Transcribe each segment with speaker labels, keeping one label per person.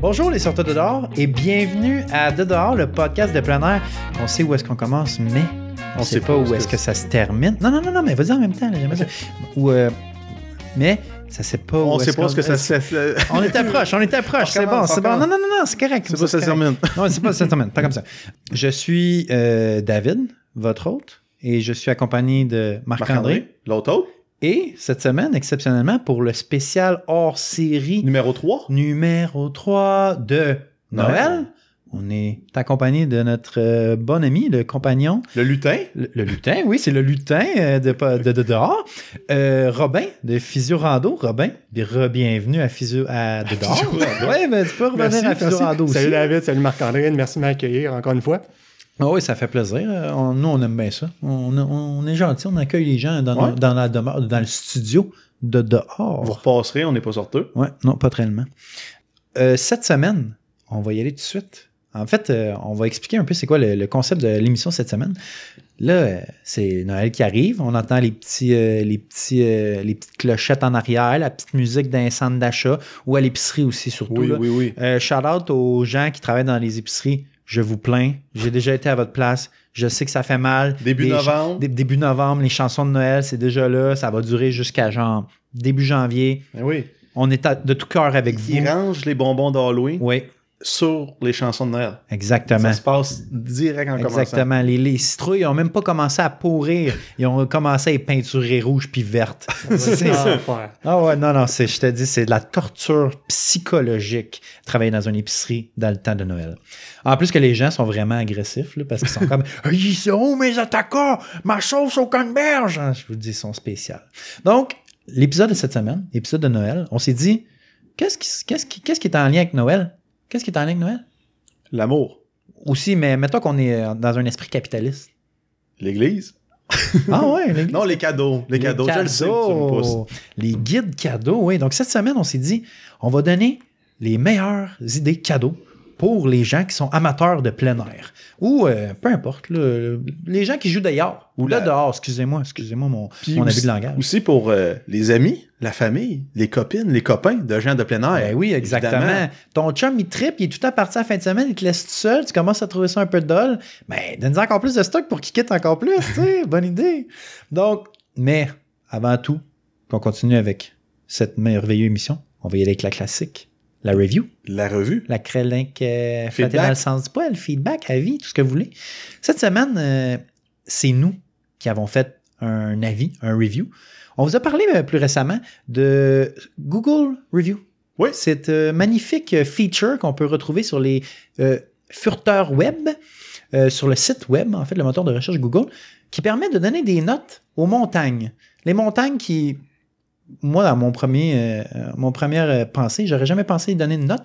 Speaker 1: Bonjour les sorteurs de dehors et bienvenue à De dehors, le podcast de plein air. On sait où est-ce qu'on commence, mais on ne sait pas où est-ce que ça se termine. Non, non, non, non mais vas-y en même temps. là, j'aimerais ça. Ou, euh, mais ça sait pas où
Speaker 2: On sait
Speaker 1: est-ce
Speaker 2: pas ce
Speaker 1: qu'on-
Speaker 2: que ça se.
Speaker 1: On est approche, on est approche, c'est bon,
Speaker 2: recommence,
Speaker 1: c'est bon.
Speaker 2: on
Speaker 1: Non, non, non, non, c'est correct.
Speaker 2: C'est pas ça se
Speaker 1: c'est
Speaker 2: termine.
Speaker 1: correct. Non, c'est pas ça se termine, pas comme ça. Je suis euh, David, votre hôte, et je suis accompagné de Marc-André.
Speaker 2: Marc-André, l'autre autre,
Speaker 1: Et cette semaine, exceptionnellement, pour le spécial hors série
Speaker 2: numéro 3.
Speaker 1: numéro 3 de Noël,
Speaker 2: Noël.
Speaker 1: on est accompagné de notre euh, bon ami, le compagnon,
Speaker 2: Le lutin.
Speaker 1: le, le lutin, oui, c'est le lutin euh, de, pa- de, de dehors, Euh, Robin de Physio Rando. Robin, bien- re-bienvenue à Physio à de dehors.
Speaker 2: Physio Rando.
Speaker 1: Ouais, mais tu peux revenir
Speaker 3: Merci,
Speaker 1: à Physio
Speaker 3: merci.
Speaker 1: Rando aussi.
Speaker 3: Salut David, salut Marc-André, merci de m'accueillir encore une fois.
Speaker 1: Ah oui, ça fait plaisir. Euh, on- nous, on aime bien ça. On, on est gentil, on accueille les gens dans,
Speaker 2: Ouais.
Speaker 1: dans la demeure, dans le studio de dehors.
Speaker 2: Vous repasserez, on n'est pas sorteux.
Speaker 1: Ouais, non, pas tellement. Euh, cette semaine, on va y aller tout de suite. En fait, euh, on va expliquer un peu c'est quoi le, le concept de l'émission cette semaine. Là, euh, c'est Noël qui arrive. On entend les petits, euh, les petits, euh, les petites clochettes en arrière, la petite musique d'un centre d'achat ou à l'épicerie aussi surtout. là.
Speaker 2: oui.
Speaker 1: Euh, shout out aux gens qui travaillent dans les épiceries. Je vous plains. J'ai déjà été à votre place. Je sais que ça fait mal.
Speaker 2: Euh, Début
Speaker 1: Des-
Speaker 2: novembre.
Speaker 1: dé- Début novembre, les chansons de Noël, c'est déjà là. Ça va durer jusqu'à genre début janvier.
Speaker 2: Ben oui.
Speaker 1: On est à- de tout cœur avec vous.
Speaker 2: Ils rangent les bonbons d'Halloween
Speaker 1: Oui,
Speaker 2: sur les chansons de Noël.
Speaker 1: exactement.
Speaker 2: Ça se passe direct en commençant.
Speaker 1: Exactement. Les, les citrouilles n'ont même pas commencé à pourrir. Ils ont commencé à les peinturer rouge puis verte. C'est ça.
Speaker 3: Faire.
Speaker 1: Ah ouais, non, non, c'est, je te dis, c'est de la torture psychologique travailler dans une épicerie dans le temps de Noël. En plus que les gens sont vraiment agressifs là, parce qu'ils sont comme « Ils sont où mes attaquants? Ma sauce au canneberge! Hein, Je vous dis, ils sont spéciaux. Donc, l'épisode de cette semaine, l'épisode de Noël, on s'est dit qu'est-ce qui, qu'est-ce qui, qu'est-ce qui est en lien avec Noël? Qu'est-ce qui est en lien avec Noël?
Speaker 2: L'amour.
Speaker 1: Aussi, mais mettons qu'on est euh, dans un esprit capitaliste.
Speaker 2: L'église.
Speaker 1: Ah ouais, les,
Speaker 2: Non, les cadeaux. Les, cadeaux. Je le sais que tu me pousses.
Speaker 1: Les guides cadeaux, oui. Donc cette semaine, on s'est dit, on va donner les meilleures idées cadeaux pour les gens qui sont amateurs de plein air. Ou euh, peu importe, là, les gens qui jouent dehors. Ou
Speaker 2: Ou
Speaker 1: là
Speaker 2: la-
Speaker 1: dehors, excusez-moi, excusez-moi mon,
Speaker 2: Puis
Speaker 1: mon
Speaker 2: aussi-
Speaker 1: habit de langage.
Speaker 2: Aussi pour euh, les amis, la famille, les copines, les copains de gens de plein air.
Speaker 1: Ben oui, exactement.
Speaker 2: Évidemment.
Speaker 1: Ton chum, il tripe, il est tout à parti à la fin de semaine, il te laisse tout seul, tu commences à trouver ça un peu dol. Ben, donne-nous encore plus de stock pour qu'il quitte encore plus, tu sais, bonne idée. Donc, mais avant tout, qu'on continue avec cette merveilleuse émission, on va y aller avec la classique, la review,
Speaker 2: La revue.
Speaker 1: la crélinque euh,
Speaker 2: Feedback.
Speaker 1: flottée dans le sens du poil, feedback, avis, tout ce que vous voulez. Cette semaine, euh, c'est nous qui avons fait un avis, un review. On vous a parlé euh, plus récemment de Google Review.
Speaker 2: Oui.
Speaker 1: Cette euh, magnifique euh, feature qu'on peut retrouver sur les euh, furteurs web, euh, sur le site web, en fait, le moteur de recherche Google, qui permet de donner des notes aux montagnes. Les montagnes qui, moi, dans mon premier, euh, euh, mon première euh, pensée, j'aurais jamais pensé donner une note,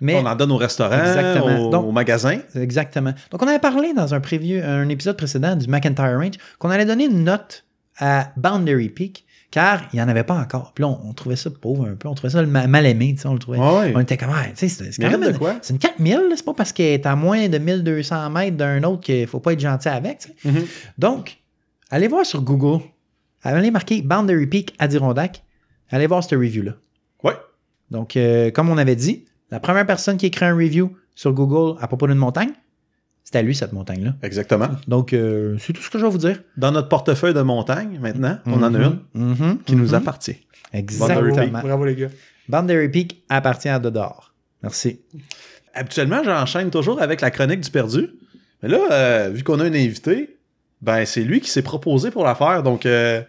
Speaker 1: mais
Speaker 2: On en donne au restaurant,
Speaker 1: Exactement.
Speaker 2: au,
Speaker 1: Donc-
Speaker 2: au magasin.
Speaker 1: Exactement. Donc, on avait parlé dans un, preview, un épisode précédent du McIntyre Range qu'on allait donner une note à Boundary Peak car il n'y en avait pas encore. Puis là, on, on trouvait ça pauvre un peu, on trouvait ça le ma- mal aimé, tu sais, on le trouvait.
Speaker 2: Ouais.
Speaker 1: On était comme, ah, tu sais, c'est c'est quand
Speaker 2: Mérite
Speaker 1: même.
Speaker 2: de quoi?
Speaker 1: C'est une 4000, là, c'est pas parce qu'elle est à moins de 1200 mètres d'un autre qu'il faut pas être gentil avec, tu sais.
Speaker 2: Mhm.
Speaker 1: Donc, allez voir sur Google, allez marquer Boundary Peak Adirondack, allez voir cette review-là.
Speaker 2: Ouais.
Speaker 1: Donc, euh, comme on avait dit, la première personne qui écrit un review sur Google à propos d'une montagne, c'est à lui cette montagne-là.
Speaker 2: Exactement.
Speaker 1: Donc, euh, c'est tout ce que je vais vous dire.
Speaker 2: Dans notre portefeuille de montagne, maintenant, on en a une
Speaker 1: Mhm,
Speaker 2: qui nous
Speaker 1: mhm.
Speaker 2: appartient. Boundary
Speaker 1: Exactement.
Speaker 2: Peak.
Speaker 3: Bravo les gars.
Speaker 1: Boundary Peak appartient à Dodor. Merci.
Speaker 2: Habituellement, j'enchaîne toujours avec la chronique du perdu. Mais là, euh, vu qu'on a un invité, ben c'est lui qui s'est proposé pour la faire. Donc, euh,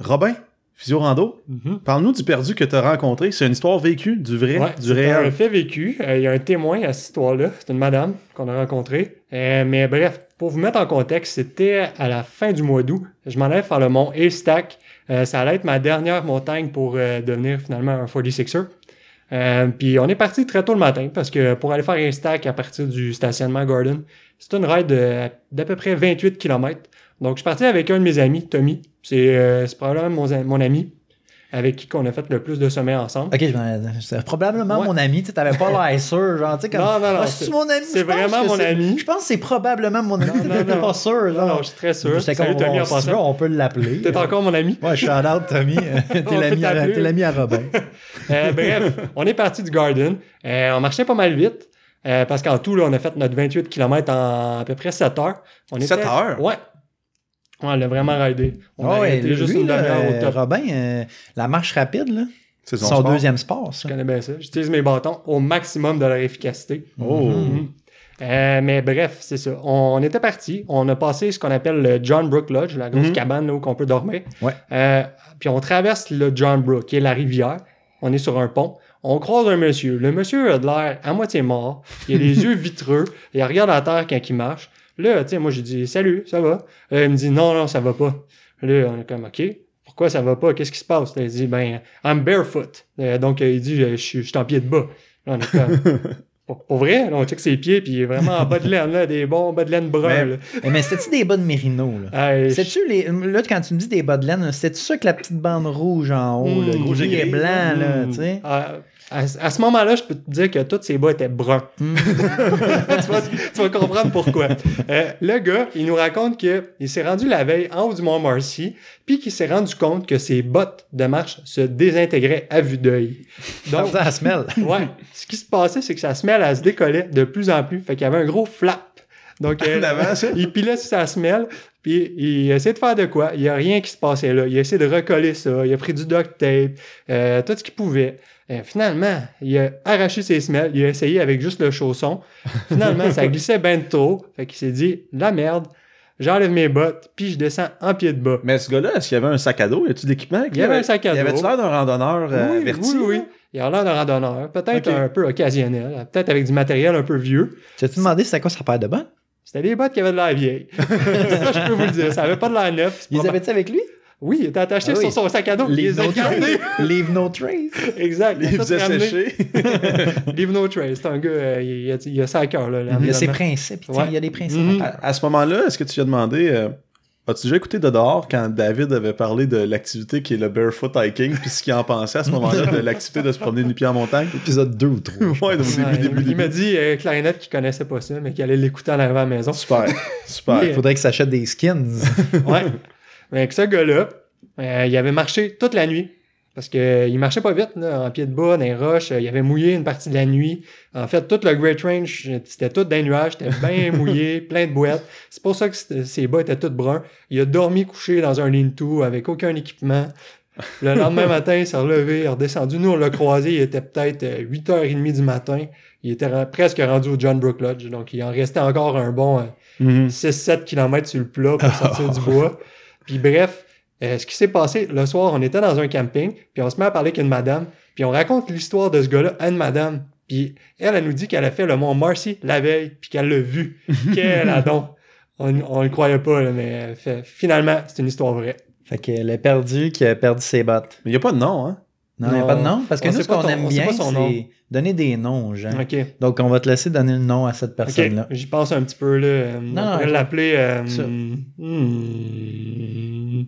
Speaker 2: Robin, Physio Rando, parle-nous du perdu que tu as rencontré. C'est une histoire vécue, du vrai,
Speaker 3: Ouais,
Speaker 2: du
Speaker 3: c'est un
Speaker 2: réel.
Speaker 3: fait vécu. Euh, Il y a un témoin à cette histoire-là. C'est une madame qu'on a rencontrée. Euh, mais bref, pour vous mettre en contexte, c'était à la fin du mois d'août. Je m'en allais faire le mont Haystack. Euh, ça allait être ma dernière montagne pour euh, devenir finalement un 46er. Euh, Puis on est parti très tôt le matin parce que pour aller faire un stack à partir du stationnement Garden, c'est une ride de- d'à peu près 28 km. Donc je suis parti avec un de mes amis, Tommy. C'est euh, c'est probablement mon, mon ami. avec qui qu'on a fait le plus de sommets ensemble.
Speaker 1: Ok, je m'en- c'est probablement
Speaker 3: Ouais.
Speaker 1: mon ami. Tu sais, t'avais pas l'air sûr. Genre, tu sais, comme.
Speaker 3: Non, non, non,
Speaker 1: Ah, c'est
Speaker 3: c'est-
Speaker 1: mon ami.
Speaker 3: c'est
Speaker 1: Je pense
Speaker 3: vraiment
Speaker 1: que
Speaker 3: mon
Speaker 1: c'est-
Speaker 3: ami.
Speaker 1: Je pense que c'est probablement mon ami.
Speaker 3: Non, non,
Speaker 1: T'étais
Speaker 3: non.
Speaker 1: pas sûr.
Speaker 3: Non,
Speaker 1: Genre.
Speaker 3: non, je suis très sûr.
Speaker 1: J'étais comme,
Speaker 3: Salut Tommy
Speaker 1: on,
Speaker 3: en
Speaker 1: si tu veux,
Speaker 3: passant.
Speaker 1: on peut l'appeler.
Speaker 3: T'es encore mon ami.
Speaker 1: Ouais, shout out, Tommy. Euh, T'es
Speaker 3: On peut
Speaker 1: l'ami à-
Speaker 3: t'appeler.
Speaker 1: t'es l'ami à Robin.
Speaker 3: Euh, bref, on est parti du Garden. Euh, on marchait pas mal vite. euh, parce qu'en tout, là, on a fait notre 28 km en à peu près 7 heures. On
Speaker 2: 7
Speaker 3: était-
Speaker 2: heures?
Speaker 3: Ouais. Ouais, on l'a vraiment raidé. On
Speaker 1: Ah
Speaker 3: a
Speaker 1: ouais,
Speaker 3: été
Speaker 1: lui,
Speaker 3: juste une
Speaker 1: là,
Speaker 3: demi-heure au
Speaker 1: euh,
Speaker 3: top.
Speaker 1: Robin, euh, la marche rapide, là,
Speaker 2: C'est
Speaker 1: c'est
Speaker 2: son,
Speaker 1: son
Speaker 2: sport.
Speaker 1: deuxième sport, ça.
Speaker 3: Je connais bien ça. J'utilise mes bâtons au maximum de leur efficacité.
Speaker 2: Oh.
Speaker 3: Mhm. Euh, mais bref, c'est ça. On était parti. On a passé ce qu'on appelle le John Brook Lodge, la grosse
Speaker 2: Mhm.
Speaker 3: cabane là, où on peut dormir.
Speaker 1: Ouais.
Speaker 3: Euh, puis on traverse le John Brook, qui est la rivière. On est sur un pont. On croise un monsieur. Le monsieur a de l'air à moitié mort. Il a les yeux vitreux. Il regarde à terre quand il marche. Là, tu sais, moi, j'ai dit « Salut, ça va? » Là, Il me dit « Non, non, ça va pas. » Là, on est comme « OK. Pourquoi ça va pas? Qu'est-ce qui se passe? » Là, Il dit « Ben, I'm barefoot. Euh, Donc, euh, il dit « Je je suis je suis en pied de bas. » Là, on est comme pour, pour vrai, là, on check ses pieds, puis il est vraiment en bas de laine, là, des bons bas de laine
Speaker 1: Mais-
Speaker 3: bruns. là.
Speaker 1: Eh, Mais c'était-tu des bas de mérino, là?
Speaker 3: Hey, je-
Speaker 1: Sais-tu les. Là, quand tu me dis des bas de laine, c'est-tu ça que la petite bande rouge en haut,
Speaker 3: Mm.
Speaker 1: là,
Speaker 2: Rouge et
Speaker 1: gris et
Speaker 2: gris,
Speaker 1: blanc, là,
Speaker 3: Mm.
Speaker 1: tu sais?
Speaker 3: à, à- à ce moment-là, je peux te dire que tous ses bas étaient bruns.
Speaker 1: Mm.
Speaker 3: tu, vas, tu vas comprendre pourquoi. Euh, le gars, il nous raconte qu'il s'est rendu la veille en haut du Mont Marcy, puis qu'il s'est rendu compte que ses bottes de marche se désintégraient à vue d'œil.
Speaker 1: Comme
Speaker 3: Donc,
Speaker 1: ça, ça se mêle.
Speaker 3: ouais, ce qui se passait, c'est que sa semelle, elle se décollait de plus en plus. Fait qu'il y avait un gros flap. Donc, euh,
Speaker 2: En avant, ça.
Speaker 3: il pilait sur sa semelle, puis il essayait de faire de quoi. Il n'y a rien qui se passait là. Il a essayé de recoller ça. Il a pris du duct tape, euh, tout ce qu'il pouvait. Euh, finalement, il a arraché ses semelles. Il a essayé avec juste le chausson. Finalement, ça glissait ben trop. Fait qu'il s'est dit, la merde, j'enlève mes bottes, puis je descends en pied de bas.
Speaker 2: Mais ce gars-là, est-ce qu'il y avait un sac à dos? Y a-tu d'équipement? avec
Speaker 3: Il y avait
Speaker 2: lui?
Speaker 3: un sac à dos.
Speaker 2: Il avait-tu l'air d'un randonneur euh,
Speaker 3: oui,
Speaker 2: averti?
Speaker 3: oui, oui. Il a l'air d'un randonneur, peut-être
Speaker 2: Ok.
Speaker 3: un peu occasionnel, peut-être avec du matériel un peu vieux.
Speaker 1: T'as-tu demandé c'était quoi sa paire de bas?
Speaker 3: C'était des bottes qui avaient de l'air vieille. ça, je peux vous le dire. Ça avait pas de l'air neuf.
Speaker 1: Ils avaient-tu avec lui?
Speaker 3: Oui, il était attaché
Speaker 1: Ah oui.
Speaker 3: sur son sac à dos. Il les a gardés.
Speaker 1: Leave no trace.
Speaker 3: Exact.
Speaker 2: Il
Speaker 3: a tout
Speaker 2: faisait
Speaker 3: ramené.
Speaker 2: sécher.
Speaker 3: Leave no trace. C'est un gars, euh, il, a, il a ça à cœur. Là,
Speaker 1: Ah, Il y a ses
Speaker 3: l'environnement.
Speaker 1: principes, tu sais,
Speaker 3: Ouais.
Speaker 1: il y a des principes.
Speaker 3: Mhm.
Speaker 1: à
Speaker 2: À, à ce moment-là, est-ce que tu lui as demandé, euh, as-tu déjà écouté de dehors quand David avait parlé de l'activité qui est le barefoot hiking, puis ce qu'il en pensait à ce moment-là de l'activité de se promener du pied en montagne?
Speaker 1: Épisode 2 ou 3.
Speaker 2: Ouais, donc
Speaker 3: Ouais,
Speaker 2: début, début,
Speaker 3: Il m'a
Speaker 2: début.
Speaker 3: dit, euh, Clarinette, qu'il connaissait pas ça, mais qu'il allait l'écouter en arrivant à la maison.
Speaker 2: Super, super.
Speaker 1: Il faudrait que ça achète des skins.
Speaker 3: Ouais. Mais avec ce gars-là, euh, il avait marché toute la nuit. Parce qu'il marchait pas vite, là, en pied de bas, dans les roches. euh, il avait mouillé une partie de la nuit. En fait, tout le Great Range, euh, c'était tout dans les nuages. C'était bien mouillé, plein de boîtes. C'est pour ça que c'était- ses bas étaient tous bruns. Il a dormi couché dans un lean-to avec aucun équipement. Le lendemain matin, il s'est relevé, il est redescendu. Nous, on l'a croisé. Il était peut-être euh, 8h30 du matin. Il était ren- presque rendu au John Brook Lodge. Donc, il en restait encore un bon... euh,
Speaker 2: Mhm.
Speaker 3: 6-7 km sur le plat pour sortir du bois. Puis bref, euh, ce qui s'est passé, le soir, on était dans un camping, puis on se met à parler avec une madame, puis on raconte l'histoire de ce gars-là à une madame. Puis elle, elle nous dit qu'elle a fait le mont Marcy la veille, puis qu'elle l'a vu. Quel adon! On, on le croyait pas, là, mais euh, fait- finalement, c'est une histoire vraie.
Speaker 1: Fait que le perdu qui a perdu ses bottes.
Speaker 2: Mais il n'y a pas de nom, hein?
Speaker 1: Non, il n'y a
Speaker 3: Non.
Speaker 1: pas de nom. Parce que
Speaker 3: On
Speaker 1: nous,
Speaker 3: sait
Speaker 1: ce
Speaker 3: pas
Speaker 1: qu'on
Speaker 3: ton-
Speaker 1: aime
Speaker 3: on sait
Speaker 1: bien,
Speaker 3: pas son nom.
Speaker 1: c'est donner des noms aux gens.
Speaker 3: OK.
Speaker 1: Donc, on va te laisser donner le nom à cette
Speaker 3: OK.
Speaker 1: personne-là.
Speaker 3: J'y pense un petit peu, là. euh,
Speaker 1: Non,
Speaker 3: on
Speaker 1: non,
Speaker 3: pourrait
Speaker 1: je-
Speaker 3: l'appeler... euh,
Speaker 1: Ça.
Speaker 3: hmm,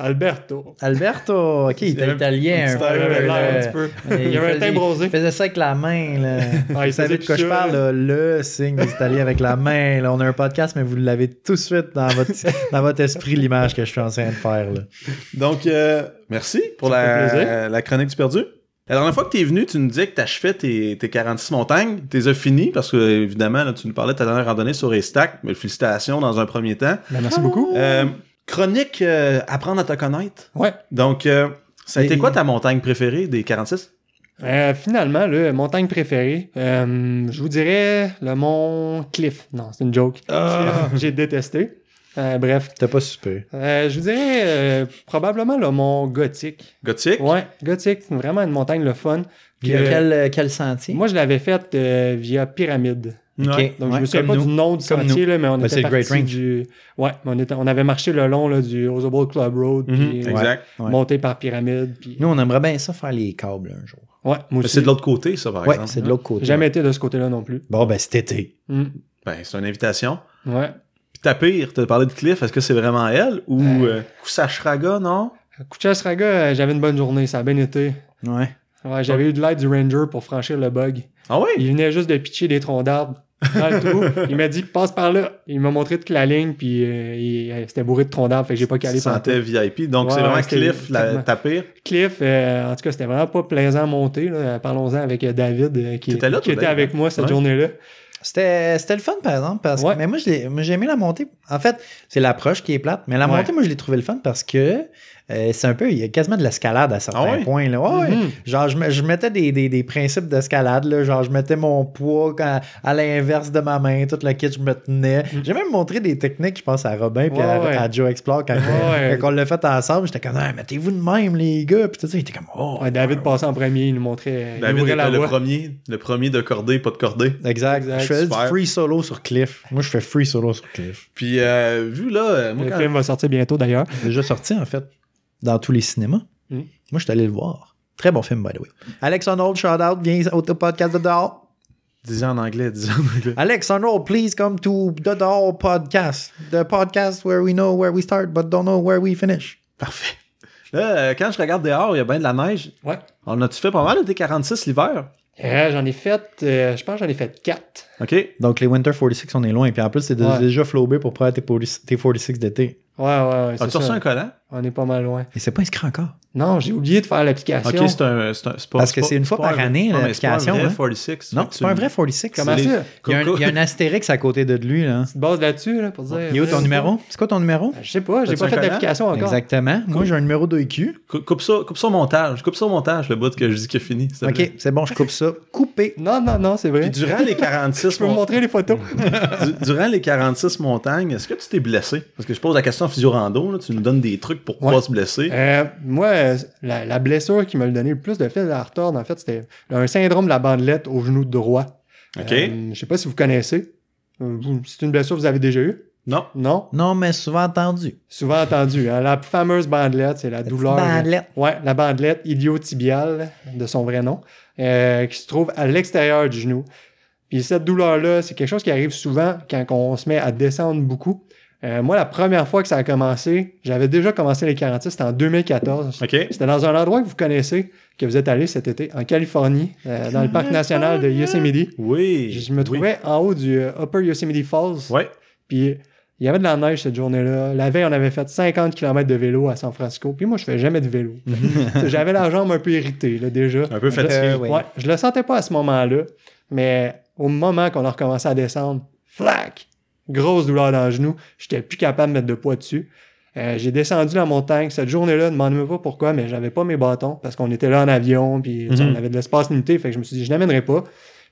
Speaker 3: Alberto.
Speaker 1: Alberto, ok, il
Speaker 2: Il y
Speaker 1: était
Speaker 2: avait un
Speaker 1: italien.
Speaker 2: petit
Speaker 1: un peu,
Speaker 2: air,
Speaker 3: il avait l'air un
Speaker 1: là.
Speaker 3: petit peu.
Speaker 1: Et
Speaker 3: Il y avait un teint
Speaker 1: faisait-
Speaker 3: bronzé.
Speaker 1: Il faisait ça avec la main. Là.
Speaker 3: Ah, il
Speaker 1: vous savez
Speaker 3: faisait
Speaker 1: de quoi
Speaker 3: plus
Speaker 1: je
Speaker 3: ça,
Speaker 1: parle, là, le signe des Italiens avec la main. Là. On a un podcast, mais vous l'avez tout de suite dans votre, dans votre esprit, l'image que je suis en train de faire. Là.
Speaker 2: Donc, euh, merci pour
Speaker 3: Ça fait
Speaker 2: la,
Speaker 3: plaisir.
Speaker 2: la chronique du perdu. La dernière fois que tu es venu, tu nous disais que tu achevais tes, tes 46 montagnes. Tu les as finies parce que, évidemment, là, tu nous parlais de ta dernière randonnée sur les stacks. Mais félicitations dans un premier temps.
Speaker 1: Ben,
Speaker 3: Ben, merci beaucoup.
Speaker 2: Euh, chronique euh, Apprendre à te connaître.
Speaker 3: Ouais.
Speaker 2: Donc, euh, ça a
Speaker 1: Et-
Speaker 2: été quoi ta montagne préférée des 46?
Speaker 3: Euh, finalement, là, montagne préférée, euh, je vous dirais le mont Cliff. Non, c'est une joke.
Speaker 1: Ah!
Speaker 3: J'ai détesté. Euh, bref,
Speaker 1: T'as pas super.
Speaker 3: Euh, je vous dirais euh, probablement le mont Gothique.
Speaker 2: Gothique?
Speaker 3: Ouais, Gothique, vraiment une montagne le fun. Que-
Speaker 1: Quel, euh, quel sentier?
Speaker 3: Moi, je l'avais faite euh, via Pyramide.
Speaker 1: Ok,
Speaker 2: Ouais.
Speaker 3: Donc,
Speaker 1: ouais,
Speaker 3: je me souviens
Speaker 1: comme
Speaker 3: pas
Speaker 1: nous.
Speaker 3: du nom du
Speaker 1: Comme
Speaker 3: sentier, là, mais on
Speaker 1: Ben, c'est
Speaker 3: était
Speaker 1: le Great
Speaker 3: parti
Speaker 1: Range.
Speaker 3: du... Ouais, mais on, était- on avait marché le long là, du Rosable Club Road,
Speaker 2: Mhm,
Speaker 3: puis ouais,
Speaker 2: Exact.
Speaker 1: Ouais.
Speaker 3: monté par Pyramide. Puis...
Speaker 1: Nous, on aimerait bien ça faire les câbles un jour.
Speaker 3: Ouais, moi
Speaker 2: Mais
Speaker 3: aussi.
Speaker 2: c'est de l'autre côté, ça, par
Speaker 1: Ouais,
Speaker 2: exemple. hein?
Speaker 1: c'est de l'autre côté.
Speaker 3: Jamais été de ce côté-là non plus.
Speaker 1: hein. Bon, ben, cet été.
Speaker 3: Hmm.
Speaker 2: Ben, c'est une invitation.
Speaker 3: Ouais. Ben,
Speaker 2: Puis ta pire, tu as parlé de Cliff, est-ce que c'est vraiment elle? Ou
Speaker 3: Ouais.
Speaker 2: euh, Kusashraga, non?
Speaker 3: Kuchasraga, euh, j'avais une bonne journée, ça a bien été.
Speaker 1: Ouais.
Speaker 3: Ouais, j'avais eu de l'aide du ranger pour franchir le bug.
Speaker 2: Ah ouais?
Speaker 3: Il venait juste de pitcher des troncs d'arbres dans le trou. Il m'a dit passe par là. Il m'a montré toute la ligne puis euh, il- euh, c'était bourré de troncs d'arbres, fait que j'ai pas
Speaker 2: Tu
Speaker 3: calé
Speaker 2: te
Speaker 3: par
Speaker 2: sentais VIP. Donc,
Speaker 3: Ouais,
Speaker 2: c'est vraiment
Speaker 3: ouais, c'était-
Speaker 2: Cliff, la,
Speaker 3: complètement.
Speaker 2: ta pire.
Speaker 3: Cliff, euh, en tout cas, c'était vraiment pas plaisant à monter. là. Parlons-en avec euh, David euh, qui,
Speaker 2: T'étais là,
Speaker 3: qui
Speaker 2: toi,
Speaker 3: était
Speaker 2: Dave,
Speaker 3: avec
Speaker 2: hein?
Speaker 3: moi cette
Speaker 2: Ouais.
Speaker 3: journée-là.
Speaker 1: C'était c'était le fun, par exemple, parce que.
Speaker 3: Ouais.
Speaker 1: Mais moi, je l'ai- moi, j'ai aimé la montée. En fait, c'est l'approche qui est plate, mais la
Speaker 3: Ouais.
Speaker 1: montée, moi, je l'ai trouvé le fun parce que euh, c'est un peu. Il y a quasiment de l'escalade à certains
Speaker 2: Ah ouais?
Speaker 1: points. Là. Ouais, ouais.
Speaker 3: Mhm.
Speaker 1: Genre, je, me- je mettais des, des- des principes d'escalade, là. Genre, je mettais mon poids quand- à l'inverse de ma main, toute la kit, je me tenais. J'ai même montré des techniques, je pense, à Robin puis à,
Speaker 3: Mm. Ouais, ouais.
Speaker 1: à Joe Explore quand,
Speaker 3: Ouais, ouais.
Speaker 1: quand on l'a fait ensemble. J'étais comme, Ah, mettez-vous de même, les gars. Puis tout ça, il était comme, oh.
Speaker 3: Ouais, David passait en premier, il nous montrait, euh, il
Speaker 2: David
Speaker 3: ouvrait
Speaker 2: était
Speaker 3: la
Speaker 2: le
Speaker 3: voie.
Speaker 2: premier, le premier de cordée, pas de cordée.
Speaker 1: Exact.
Speaker 3: Exact.
Speaker 1: Je fais du
Speaker 2: Super.
Speaker 1: free solo sur Cliff. Moi, je fais free solo sur Cliff.
Speaker 2: Puis, euh, vu là, euh, moi,
Speaker 3: Le
Speaker 2: quand-
Speaker 3: film va sortir bientôt d'ailleurs.
Speaker 1: Déjà sorti, en fait, dans tous les cinémas.
Speaker 3: Mm.
Speaker 1: Moi, je suis allé le voir. Très bon film, by the way. Alex Honnold, shout out, viens au podcast de dehors.
Speaker 2: Dis-le en anglais, dis-le en anglais.
Speaker 1: Alex Honnold, please come to the Dehors podcast. The podcast where we know where we start, but don't know where we finish.
Speaker 2: Parfait. Là, euh, quand je regarde dehors, il y a bien de la neige.
Speaker 3: Ouais.
Speaker 2: On a-tu fait pas mal des 46 l'hiver?
Speaker 3: Euh, j'en ai fait, euh, je pense que j'en ai fait quatre.
Speaker 2: OK.
Speaker 1: Donc, les Winter 46, on est loin. Puis en plus, c'est de-
Speaker 3: Ouais.
Speaker 1: déjà flobé pour prendre tes, 46 tes 46 d'été.
Speaker 3: Ouais, ouais, ouais. C'est
Speaker 2: As-tu reçu
Speaker 3: ça.
Speaker 2: un collant?
Speaker 3: On est pas mal loin.
Speaker 1: Et c'est pas inscrit encore.
Speaker 3: Non, j'ai oublié de faire l'application.
Speaker 2: OK, c'est un, c'est un c'est pas-
Speaker 1: Parce que
Speaker 2: pas-
Speaker 1: c'est une fois
Speaker 2: pas
Speaker 1: par
Speaker 2: un-
Speaker 1: année,
Speaker 2: non, mais c'est pas un
Speaker 1: l'application,
Speaker 2: vrai
Speaker 1: hein.
Speaker 2: 46.
Speaker 1: Non,
Speaker 2: Fait que
Speaker 1: c'est pas un vrai 46.
Speaker 3: Comment
Speaker 2: c'est
Speaker 3: ça?
Speaker 1: Il y, a un,
Speaker 2: Coco.
Speaker 1: il y a un astérix à côté de lui. Là.
Speaker 3: Tu te bases là-dessus, là, pour dire.
Speaker 1: Il est où ton
Speaker 3: Ouais.
Speaker 1: numéro? C'est quoi ton numéro?
Speaker 3: Ben, Je sais pas, j'ai
Speaker 2: T'as-tu
Speaker 3: pas
Speaker 2: un
Speaker 3: fait
Speaker 2: collant?
Speaker 3: d'application encore.
Speaker 1: Exactement. Moi, j'ai un numéro de E IQ.
Speaker 2: Cou- Coupe ça, coupe ça au montage. Coupe ça au montage, le bout que je dis que fini. s'il te
Speaker 1: OK,
Speaker 2: plaît.
Speaker 1: c'est bon, je coupe ça. Coupé.
Speaker 3: Non, non, non, c'est vrai.
Speaker 2: Puis durant les
Speaker 3: Je
Speaker 2: 46
Speaker 3: peux vous
Speaker 2: mon-
Speaker 3: montrer les photos.
Speaker 2: du- durant les 46 montagnes, est-ce que tu t'es blessé? Parce que je pose la question en physio rando, là, tu nous donnes des trucs pour
Speaker 3: Ouais.
Speaker 2: pas se blesser.
Speaker 3: Euh, moi, euh, la, la blessure qui m'a donné le plus de fil à retordre, en fait, c'était un syndrome de la bandelette au genou droit.
Speaker 2: OK.
Speaker 3: Euh, je sais pas si vous connaissez. Euh, vous- C'est une blessure que vous avez déjà eue?
Speaker 2: Non.
Speaker 3: Non?
Speaker 1: Non, mais souvent entendu.
Speaker 3: Souvent entendu. hein, la fameuse bandelette, c'est la douleur.
Speaker 1: Bandelette.
Speaker 3: Ouais, la bandelette iliotibiale, de son vrai nom, euh, qui se trouve à l'extérieur du genou. Puis cette douleur-là, c'est quelque chose qui arrive souvent quand on se met à descendre beaucoup. Euh, moi, la première fois que ça a commencé, j'avais déjà commencé les 46, c'était en 2014.
Speaker 2: OK.
Speaker 3: C'était dans un endroit que vous connaissez, que vous êtes allé cet été, en Californie, euh, dans le parc national de Yosemite.
Speaker 2: Oui.
Speaker 3: Je me
Speaker 2: Oui.
Speaker 3: trouvais en haut du euh, Upper Yosemite Falls.
Speaker 2: Ouais.
Speaker 3: Puis il y avait de la neige cette journée-là. La veille, on avait fait 50 km de vélo à San Francisco. Puis moi, je fais jamais de vélo. Tu sais, J'avais la jambe un peu irritée, là, déjà.
Speaker 2: Un peu fatigué.
Speaker 1: Euh,
Speaker 3: Ouais.
Speaker 1: ouais.
Speaker 3: je le sentais pas à ce moment-là, mais au moment qu'on a recommencé à descendre, flac! Grosse douleur dans le genou. J'étais plus capable de mettre de poids dessus. Euh, j'ai descendu la montagne cette journée-là, demandez-moi pas pourquoi, mais j'avais pas mes bâtons parce qu'on était là en avion, puis tu sais,
Speaker 2: Mhm.
Speaker 3: on avait de l'espace limité, fait que je me suis dit, je n'amènerai pas.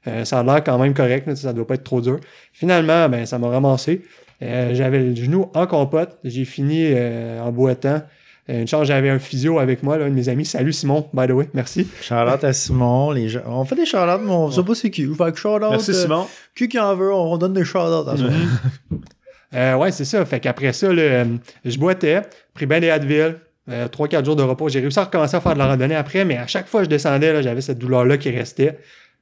Speaker 3: Euh, ça a l'air quand même correct, là, tu sais, ça doit pas être trop dur. Finalement, ben, ça m'a ramassé. Euh, j'avais le genou en compote, j'ai fini euh, en boitant. Euh, une chance, j'avais un physio avec moi, là, un de mes amis. Salut Simon, by the way, merci.
Speaker 1: Charlotte à Simon. Les gens... On fait des charlottes, mais on sait pas c'est qui. E Fait que shout-out,
Speaker 2: Merci
Speaker 1: euh,
Speaker 2: Simon.
Speaker 1: Qui qui en veut, on donne des shout-outs à ça.
Speaker 3: Euh, ouais, c'est ça. Fait qu'après ça, là, euh, je boitais, pris ben des Advil, 3-4 jours de repos. J'ai réussi à recommencer à faire de la randonnée après, mais à chaque fois que je descendais, là, j'avais cette douleur-là qui restait.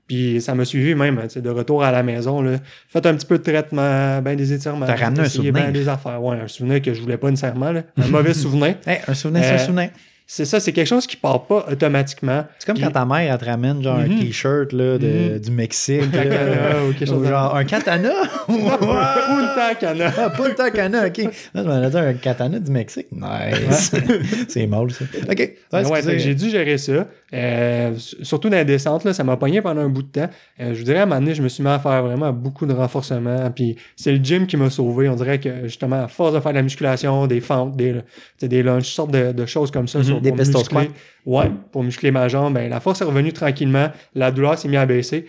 Speaker 3: Puis ça m'a suivi même, tu sais, de retour à la maison. Là. Faites un petit peu de traitement, ben des étirements.
Speaker 1: T'as ramené un
Speaker 3: essayé
Speaker 1: souvenir.
Speaker 3: Ben des affaires. Ouais, un souvenir que je voulais pas nécessairement. là. Un mauvais souvenir.
Speaker 1: Hey, un souvenir, c'est un
Speaker 3: Euh,
Speaker 1: souvenir.
Speaker 3: C'est ça, c'est quelque chose qui part pas automatiquement.
Speaker 1: C'est comme quand ta mère, elle te ramène genre un
Speaker 3: Mhm.
Speaker 1: t-shirt là, de-
Speaker 3: Mhm.
Speaker 1: du Mexique. là,
Speaker 3: Tacana ou quelque
Speaker 1: ou
Speaker 3: chose genre...
Speaker 1: genre un katana.
Speaker 3: Punta Cana.
Speaker 1: Ah, pas le katana, ok. Là, je m'en ai dit un katana du Mexique. Nice. c'est mal, ça. Ok. Ouais,
Speaker 3: Mais Ah ouais,
Speaker 1: excusez.
Speaker 3: fait que j'ai dû gérer ça. Euh, s- surtout dans la descente, là, ça m'a pogné pendant un bout de temps. Euh, je vous dirais, à un moment donné, je me suis mis à faire vraiment beaucoup de renforcement. Puis c'est le gym qui m'a sauvé. On dirait que justement, à force de faire de la musculation, des fentes, des, tu sais, des lunges, sortes de, de choses comme ça. sur-
Speaker 1: Des
Speaker 3: pour
Speaker 1: pistol
Speaker 3: muscler- Ouais, pour muscler ma jambe. Ben, la force est revenue tranquillement. La douleur s'est mise à baisser.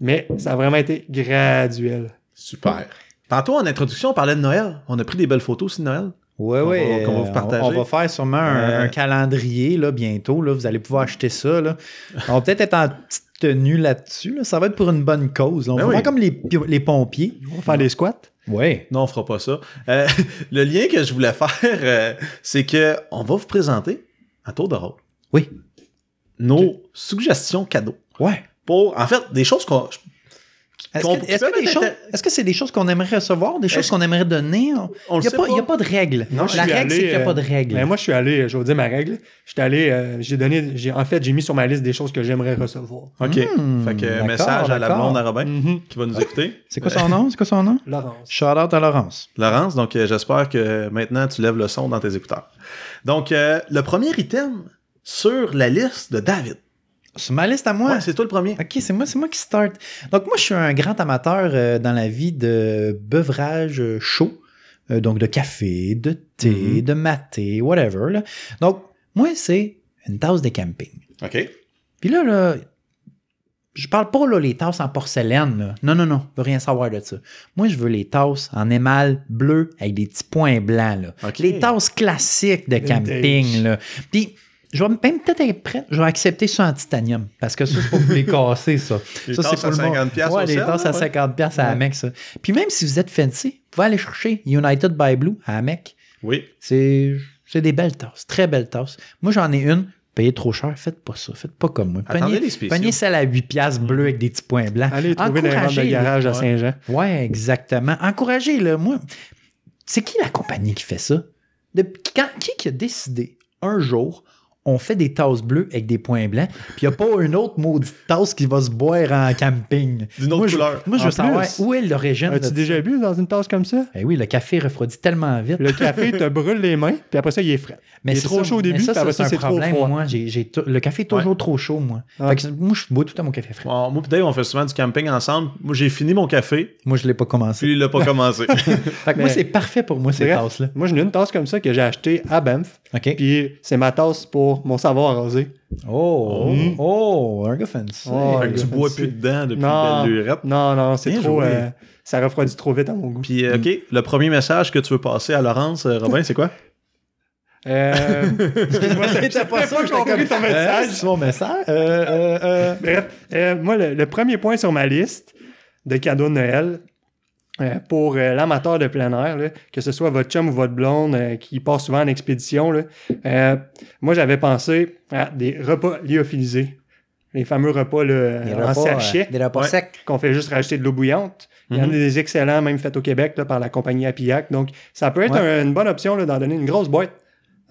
Speaker 3: Mais ça a vraiment été graduel.
Speaker 2: Super. Tantôt, en introduction, on parlait de Noël. On a pris des belles photos aussi de Noël.
Speaker 1: Ouais,
Speaker 2: qu'on
Speaker 1: ouais,
Speaker 2: va- qu'on va vous
Speaker 1: euh,
Speaker 2: partager.
Speaker 1: On, on va faire sûrement un,
Speaker 2: Euh,
Speaker 1: un calendrier là, bientôt. Là, vous allez pouvoir acheter ça. Là. On va peut-être être en petite tenue là-dessus. là. Ça va être pour une bonne cause. là. On
Speaker 2: Ben
Speaker 1: va
Speaker 2: oui.
Speaker 1: faire comme les, pi- les pompiers.
Speaker 3: On va faire des squats.
Speaker 1: Ouais.
Speaker 2: Non, on fera pas ça. Euh, le lien que je voulais faire, euh, c'est que on va vous présenter à tour de rôle.
Speaker 1: Oui.
Speaker 2: Nos suggestions cadeaux
Speaker 1: Ouais.
Speaker 2: pour, en fait, des choses qu'on.
Speaker 1: Est-ce
Speaker 2: qu'on-
Speaker 1: que
Speaker 2: qui
Speaker 1: est-ce que
Speaker 2: peuvent
Speaker 1: des
Speaker 2: être
Speaker 1: choses-
Speaker 2: inter-
Speaker 1: est-ce que c'est des choses qu'on aimerait recevoir, des choses
Speaker 2: Est-ce-
Speaker 1: qu'on aimerait donner? On- Il
Speaker 2: On le
Speaker 1: n'y a,
Speaker 2: sait
Speaker 1: pas-
Speaker 2: pas.
Speaker 1: il y a pas de règle.
Speaker 3: Non, je
Speaker 1: La règle,
Speaker 3: suis allé,
Speaker 1: c'est qu'il n'y a
Speaker 3: euh,
Speaker 1: pas de règle.
Speaker 3: Ben, moi, je suis allé, euh, je vais vous dire ma règle. Je suis allé, euh, j'ai donné, j'ai, en fait, j'ai mis sur ma liste des choses que j'aimerais recevoir.
Speaker 2: OK.
Speaker 1: Hmm,
Speaker 2: fait que
Speaker 1: d'accord,
Speaker 2: message à la
Speaker 1: d'accord.
Speaker 2: blonde à Robin
Speaker 3: Mhm.
Speaker 2: qui va nous écouter.
Speaker 1: C'est quoi son nom? C'est quoi son nom?
Speaker 3: Laurence.
Speaker 1: Shout out à Laurence.
Speaker 2: Laurence, donc euh, j'espère que maintenant tu lèves le son dans tes écouteurs. Donc, euh, le premier item sur la liste de David.
Speaker 1: Sur ma liste à moi.
Speaker 2: Ouais, c'est toi le premier.
Speaker 1: OK, c'est moi, c'est moi qui start. Donc, moi, je suis un grand amateur euh, dans la vie de beuvrages euh, chauds, euh, donc de café, de thé,
Speaker 2: Mhm.
Speaker 1: de maté, whatever. là. Donc, moi, c'est une tasse de camping.
Speaker 2: OK.
Speaker 1: Puis là, là, je parle pas là, les tasses en porcelaine. là. Non, non, non, je veux rien savoir de ça. Moi, je veux les tasses en émail bleu avec des petits points blancs. Là.
Speaker 2: OK.
Speaker 1: Les tasses classiques de
Speaker 3: Vintage.
Speaker 1: camping. Là. Puis, je vais même peut-être être prêt, je vais accepter ça en titanium parce que ça, c'est pas pour les casser, ça.
Speaker 2: Les
Speaker 1: ça,
Speaker 2: tasses à
Speaker 1: le monde.
Speaker 2: 50 piastres
Speaker 1: Ouais,
Speaker 2: au
Speaker 1: les
Speaker 2: sel,
Speaker 1: tasses
Speaker 2: là,
Speaker 1: à
Speaker 2: ouais.
Speaker 1: 50 piastres à Amec, ça. Puis même si vous êtes fancy, vous pouvez aller chercher United by Blue à Amec.
Speaker 2: Oui.
Speaker 1: C'est c'est des belles tasses, très belles tasses. Moi, j'en ai une. Payez trop cher, faites pas ça. Faites pas comme moi.
Speaker 2: Attendez
Speaker 1: Prenez,
Speaker 2: les spéciaux.
Speaker 1: prenez celle à 8 piastres bleue avec des petits points blancs.
Speaker 3: Mm. Allez trouver dans les ventes de
Speaker 1: Encouragez, là.
Speaker 3: garage à
Speaker 2: ouais.
Speaker 3: Saint-Jean.
Speaker 1: Ouais, exactement. Encouragez-le, moi. C'est qui la compagnie qui fait ça? Depuis- quand- qui qui a décidé un jour, on fait des tasses bleues avec des points blancs, puis il n'y a pas une autre maudite tasse qui va se boire en camping?
Speaker 2: D'une autre
Speaker 1: moi,
Speaker 2: couleur.
Speaker 1: Je, moi, je
Speaker 3: En
Speaker 1: veux savoir
Speaker 3: plus.
Speaker 1: où est l'origine de
Speaker 3: As-tu déjà bu dans une tasse comme ça?
Speaker 1: Eh oui, le café refroidit tellement vite.
Speaker 3: Le café te brûle les mains, puis après ça, il est frais.
Speaker 1: Mais
Speaker 3: Il est
Speaker 1: c'est
Speaker 3: trop
Speaker 1: ça,
Speaker 3: chaud au
Speaker 1: mais
Speaker 3: début,
Speaker 1: ça,
Speaker 3: puis après ça,
Speaker 1: c'est
Speaker 3: c'est
Speaker 1: un
Speaker 3: trop
Speaker 1: problème.
Speaker 3: froid.
Speaker 1: Moi, j'ai, j'ai tout- le café est toujours trop chaud, moi.
Speaker 3: Ah.
Speaker 1: Fait que moi, je bois tout le temps mon café frais.
Speaker 2: On- moi, et Dave, on fait souvent du camping ensemble. Moi, j'ai fini mon café,
Speaker 1: Moi, je l'ai pas commencé.
Speaker 2: puis il l'a pas commencé.
Speaker 1: Fait que moi,
Speaker 3: Mais-
Speaker 1: c'est parfait pour moi, ces
Speaker 3: Bref,
Speaker 1: tasses-là.
Speaker 3: Moi, j'ai une tasse comme ça que j'ai achetée à Banff,
Speaker 1: OK.
Speaker 3: puis c'est ma tasse pour mon savon arrosé.
Speaker 1: Oh,
Speaker 2: Mm.
Speaker 1: oh, un gars fancy.
Speaker 3: Oh,
Speaker 2: fait que tu
Speaker 3: le
Speaker 2: bois
Speaker 3: fancy.
Speaker 2: plus dedans depuis
Speaker 3: Non.
Speaker 2: belle lurette.
Speaker 3: Non, non, c'est
Speaker 2: Bien
Speaker 3: trop.
Speaker 2: joué.
Speaker 3: euh, ça refroidit trop vite à mon goût.
Speaker 2: Puis, euh, OK, le premier message que tu veux passer à Laurence, euh, Robin, c'est quoi?
Speaker 3: Euh,
Speaker 1: T'as pas ça,
Speaker 3: pas
Speaker 1: j'étais
Speaker 3: compris ton
Speaker 1: Euh,
Speaker 3: message.
Speaker 1: c'est mon message. Euh, euh, euh.
Speaker 3: Bref, euh, moi, le, le premier point sur ma liste de cadeaux de Noël euh, pour euh, l'amateur de plein air, là, que ce soit votre chum ou votre blonde euh, qui part souvent en expédition, là, euh, moi, j'avais pensé à des repas lyophilisés. Les fameux repas là,
Speaker 1: Des
Speaker 3: en
Speaker 1: repas,
Speaker 3: sachet.
Speaker 1: euh, des repas
Speaker 2: Ouais.
Speaker 1: secs.
Speaker 3: qu'on fait juste rajouter de l'eau bouillante. Il y en a
Speaker 2: Mhm.
Speaker 3: des excellents, même faits au Québec là, par la compagnie Apillac. Donc, ça peut être
Speaker 1: Ouais.
Speaker 3: un- une bonne option là, d'en donner une grosse boîte.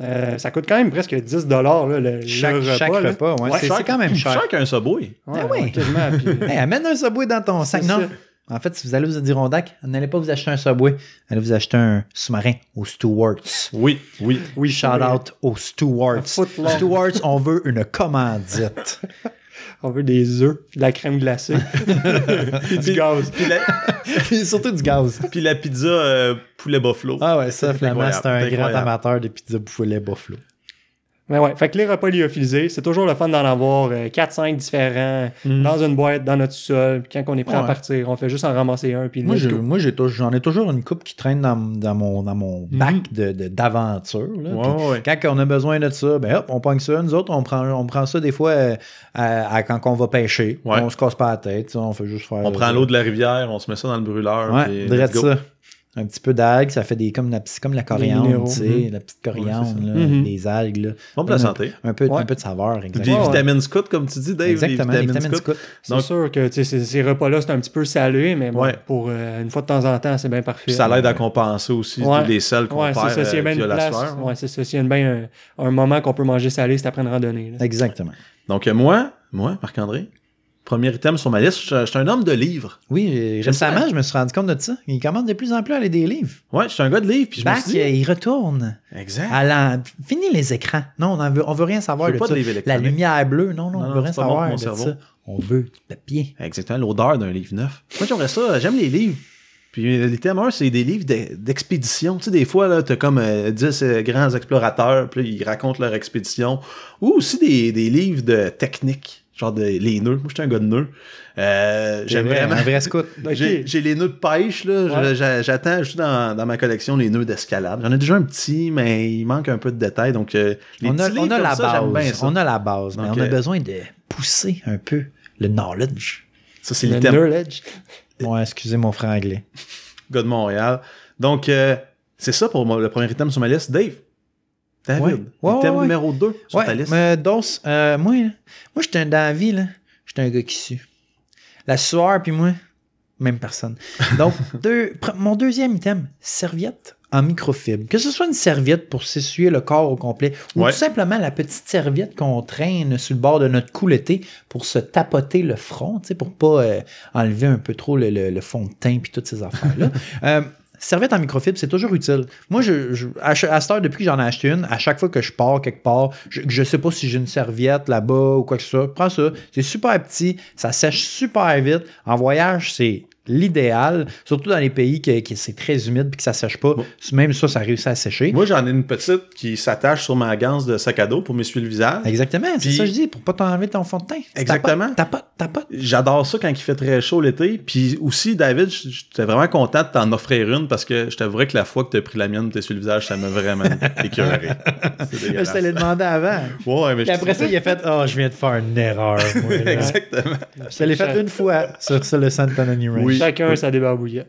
Speaker 3: Euh, ça coûte quand même presque 10 dollars le,
Speaker 1: Chaque,
Speaker 3: le repas.
Speaker 1: chaque
Speaker 3: là.
Speaker 1: repas, ouais,
Speaker 2: Ouais,
Speaker 1: c'est,
Speaker 2: cher-
Speaker 1: c'est quand même cher.
Speaker 2: Cher qu'un Subway.
Speaker 3: Ouais,
Speaker 1: Ah oui.
Speaker 3: ouais, quasiment, puis-
Speaker 1: Hey, amène un Subway dans ton sac.
Speaker 3: C'est
Speaker 1: Non.
Speaker 3: ça.
Speaker 1: En fait, si vous allez aux Adirondacks, n'allez pas vous acheter un Subway, allez vous acheter un sous-marin au Stewart's.
Speaker 2: Oui, oui.
Speaker 1: Oui, shout out aux Stewart's.
Speaker 3: Un foot long.
Speaker 1: Stewart's, on veut une commandite.
Speaker 3: On veut des œufs, puis de la crème glacée, puis du gaz.
Speaker 2: Puis la,
Speaker 1: Et surtout du gaz.
Speaker 2: puis la pizza euh, poulet buffalo.
Speaker 1: Ah ouais, ça, Flamand,
Speaker 2: incroyable,
Speaker 1: c'est un grand
Speaker 2: incroyable.
Speaker 1: amateur de pizza bouffée buffalo.
Speaker 3: Mais ouais, fait que les repas lyophilisés, c'est toujours le fun d'en avoir 4-5 différents
Speaker 2: Mhm.
Speaker 3: dans une boîte, dans notre sol. Quand on est prêt à
Speaker 1: Ouais.
Speaker 3: partir, on fait juste en ramasser un, puis le
Speaker 1: Moi,
Speaker 3: mettre
Speaker 1: j'ai-
Speaker 3: au-
Speaker 1: moi, j'ai tou- j'en ai toujours une coupe qui traîne dans, dans mon, dans mon bac de- de- d'aventure. là. Puis
Speaker 2: Ouais, ouais.
Speaker 1: Quand on a besoin de ça, ben hop, on pogne ça. Nous autres, on prend, on prend ça des fois euh, à- à- quand on va pêcher.
Speaker 2: Ouais.
Speaker 1: On se casse pas la tête. ça, On fait juste faire.
Speaker 2: On prend l'eau de la rivière, on se met ça dans le brûleur.
Speaker 1: Ouais,
Speaker 2: puis
Speaker 1: drette
Speaker 2: let's go.
Speaker 1: ça. Un petit peu d'algues, ça fait des comme la, c'est comme la coriandre,
Speaker 3: minéraux.
Speaker 1: tu sais,
Speaker 3: Mhm.
Speaker 1: la petite coriandre,
Speaker 2: Ouais,
Speaker 1: là,
Speaker 3: Mhm.
Speaker 1: des algues, là.
Speaker 2: Bon pour la santé.
Speaker 1: un peu,
Speaker 3: Ouais.
Speaker 1: un peu de saveur,
Speaker 2: Des
Speaker 1: exactement.
Speaker 3: Ouais, ouais.
Speaker 2: vitamines scouts, comme tu dis, Dave.
Speaker 1: Exactement,
Speaker 2: des
Speaker 1: les
Speaker 2: vitamines,
Speaker 1: vitamines
Speaker 2: scouts.
Speaker 1: Scout.
Speaker 3: C'est
Speaker 2: Donc-
Speaker 3: sûr que tu sais, ces, ces repas-là, c'est un petit peu salé, mais bon,
Speaker 2: Ouais.
Speaker 3: pour euh, une fois de temps en temps, c'est bien parfait.
Speaker 2: Puis ça l'aide à compenser aussi
Speaker 3: Ouais.
Speaker 2: tous les sels qu'on
Speaker 3: Ouais, c'est
Speaker 2: perd
Speaker 3: ça. S'il y a
Speaker 2: euh,
Speaker 3: bien
Speaker 2: via
Speaker 3: une
Speaker 2: la
Speaker 3: place,
Speaker 2: sueur.
Speaker 3: ouais, c'est ça. S'il y a une bien euh, un, un moment qu'on peut manger salé, c'est après une randonnée. là.
Speaker 1: Exactement.
Speaker 2: Donc euh, moi, moi, Marc-André, premier item sur ma liste, je je suis un homme de livres.
Speaker 1: Oui, j'ai-
Speaker 2: J'aime ça.
Speaker 1: récemment, je me suis rendu compte de ça. Il commence de plus en plus à aller des livres.
Speaker 2: Ouais, je suis un gars de livres, puis je me
Speaker 1: Bac, euh, ah,
Speaker 2: suis dit...
Speaker 1: il retourne.
Speaker 2: Exact.
Speaker 1: À la- Fini les écrans. Non, on en veut, on veut rien
Speaker 2: Je
Speaker 1: savoir
Speaker 2: veux
Speaker 1: de
Speaker 2: pas
Speaker 1: ça.
Speaker 2: de livres
Speaker 1: La
Speaker 2: électroniques.
Speaker 1: lumière bleue, non, non,
Speaker 2: Non,
Speaker 1: on
Speaker 2: non,
Speaker 1: veut rien
Speaker 2: c'est pas bon
Speaker 1: savoir
Speaker 2: pour mon
Speaker 1: de
Speaker 2: cerveau.
Speaker 1: ça. On veut du papier.
Speaker 2: Exactement, l'odeur d'un livre neuf. Moi, j'aimerais ça. J'aime les livres. Puis euh, l'item 1, c'est des livres de- d'expédition. Tu sais, des fois, là, t'as comme euh, 10 euh, grands explorateurs, puis là, ils racontent leur expédition. Ou aussi des, des livres de technique, genre de, les nœuds. Moi, j'étais un gars de nœuds. Euh, J'aime
Speaker 1: C'est vrai, hein?
Speaker 2: vraiment...
Speaker 1: Un vrai scout.
Speaker 2: J'ai
Speaker 3: Ok.
Speaker 2: j'ai les nœuds de pêche, là. Je-
Speaker 3: Ouais.
Speaker 2: j'a- J'attends, je suis dans, dans ma collection les nœuds d'escalade. J'en ai déjà un petit, mais il manque un peu de détails. Donc, euh, les
Speaker 1: On a,
Speaker 2: petits
Speaker 1: on
Speaker 2: livres
Speaker 1: a
Speaker 2: comme
Speaker 1: la
Speaker 2: ça, j'aime bien
Speaker 1: base.
Speaker 2: ça.
Speaker 1: On a la base, mais
Speaker 2: Donc,
Speaker 1: on a
Speaker 2: euh,
Speaker 1: besoin de pousser un peu le knowledge.
Speaker 2: Ça, c'est
Speaker 3: Le
Speaker 2: l'item
Speaker 3: knowledge.
Speaker 2: euh,
Speaker 1: Ouais, excusez mon frère anglais.
Speaker 2: gars de Montréal. Donc, euh, c'est ça pour moi, le premier item sur ma liste. Dave, David,
Speaker 1: Ouais. Ouais,
Speaker 2: item
Speaker 1: ouais, ouais.
Speaker 2: numéro 2 sur ta liste.
Speaker 1: mais Dos, euh, moi, là, moi j'étais un dans la vie, là, j'étais un gars qui sue. La sueur, puis moi, Même personne. Donc, deux- pr- mon deuxième item, serviette en microfibre. Que ce soit une serviette pour s'essuyer le corps au complet ou
Speaker 2: Ouais.
Speaker 1: tout simplement la petite serviette qu'on traîne sur le bord de notre cou l'été pour se tapoter le front, tu sais, pour pas euh, enlever un peu trop le, le- le fond de teint puis toutes ces affaires-là. Euh, serviette en microfibre, c'est toujours utile. Moi, je, je- à, ch- à cette heure, depuis que j'en ai acheté une, à chaque fois que je pars quelque part, je, je sais pas si j'ai une serviette là-bas ou quoi que ce soit, prends ça. C'est super petit, ça sèche super vite. En voyage, c'est l'idéal, surtout dans les pays que, que c'est très humide puis que ça sèche pas. Même ça, ça réussit à sécher.
Speaker 2: Moi, j'en ai une petite qui s'attache sur ma ganse de sac à dos pour m'essuyer le visage.
Speaker 1: Exactement, c'est
Speaker 2: Puis-
Speaker 1: ça que je dis, pour pas t'enlever ton fond de teint.
Speaker 2: Exactement.
Speaker 1: Tapote, tapote.
Speaker 2: J'adore ça quand il fait très chaud l'été. Puis aussi, David, j- j'étais vraiment content de t'en offrir une parce que je t'avouerais que la fois que t'as pris la mienne, t'es sur le visage, ça m'a vraiment écœuré. C'est
Speaker 1: Je
Speaker 2: dégueulasse.
Speaker 1: te l'ai demandé avant.
Speaker 2: Ouais, mais
Speaker 1: Puis
Speaker 2: je-
Speaker 1: après ça, il a fait Oh, je viens de faire une erreur. moi, là.
Speaker 2: Exactement.
Speaker 1: Je te l'ai fait une fois sur, sur le Santa Annie Ranch.
Speaker 2: Oui.
Speaker 3: Chacun sa débarbouillette.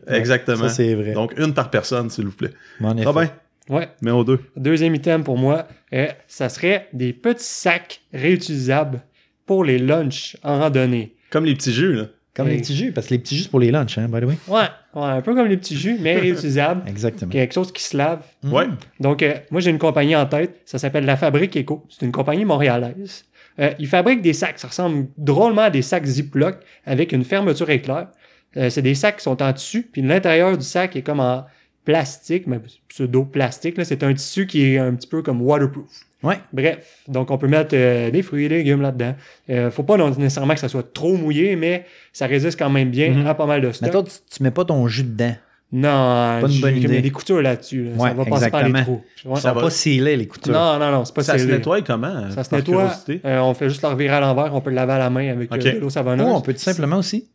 Speaker 1: Ça,
Speaker 2: Exactement.
Speaker 1: c'est vrai.
Speaker 2: Donc, une par personne, s'il vous plaît.
Speaker 1: Mais en effet.
Speaker 2: Ah ben,
Speaker 3: Ouais.
Speaker 2: mais aux deux.
Speaker 3: Deuxième item pour moi, euh, ça serait des petits sacs réutilisables pour les lunchs en randonnée.
Speaker 2: Comme les petits jus, là.
Speaker 1: Comme les petits jus, parce que les petits jus, c'est pour les lunchs, hein, by the way.
Speaker 3: Ouais, ouais, un peu comme les petits jus, mais réutilisables.
Speaker 1: Exactement.
Speaker 3: Quelque chose qui se lave.
Speaker 1: Mhm.
Speaker 2: Ouais.
Speaker 3: Donc, euh, moi, j'ai une compagnie en tête. Ça s'appelle La Fabrique Éco. C'est une compagnie montréalaise. Euh, ils fabriquent des sacs. Ça ressemble drôlement à des sacs Ziploc avec une fermeture éclair. Euh, c'est des sacs qui sont en tissu, puis l'intérieur du sac est comme en plastique, mais pseudo-plastique. là. C'est un tissu qui est un petit peu comme waterproof.
Speaker 1: Ouais.
Speaker 3: Bref, donc on peut mettre euh, des fruits et légumes là-dedans. Euh, faut pas non- nécessairement que ça soit trop mouillé, mais ça résiste quand même bien
Speaker 1: Mm-hmm.
Speaker 2: Mhm.
Speaker 3: à pas mal de stock.
Speaker 1: Mais toi, tu, tu mets pas ton jus dedans.
Speaker 3: Non,
Speaker 1: Pas une
Speaker 3: j'ai-
Speaker 1: bonne
Speaker 3: j'ai
Speaker 1: idée.
Speaker 3: mis des coutures là-dessus. là.
Speaker 1: Ouais,
Speaker 3: ça va passer par les
Speaker 1: exactement.
Speaker 3: trous. Ouais.
Speaker 1: Ils sont
Speaker 2: va.
Speaker 1: pas scellés, les coutures.
Speaker 3: Non, non, non, c'est pas
Speaker 2: Ça se
Speaker 3: scellé.
Speaker 2: nettoie comment?
Speaker 3: Ça se
Speaker 2: par
Speaker 3: nettoie.
Speaker 2: curiosité?
Speaker 3: Euh, on fait juste le revirer à l'envers, on peut le laver à la main avec euh,
Speaker 2: Ok.
Speaker 3: de l'eau
Speaker 1: Ou
Speaker 3: savonneuse.
Speaker 1: Oh, on peut tout simplement aussi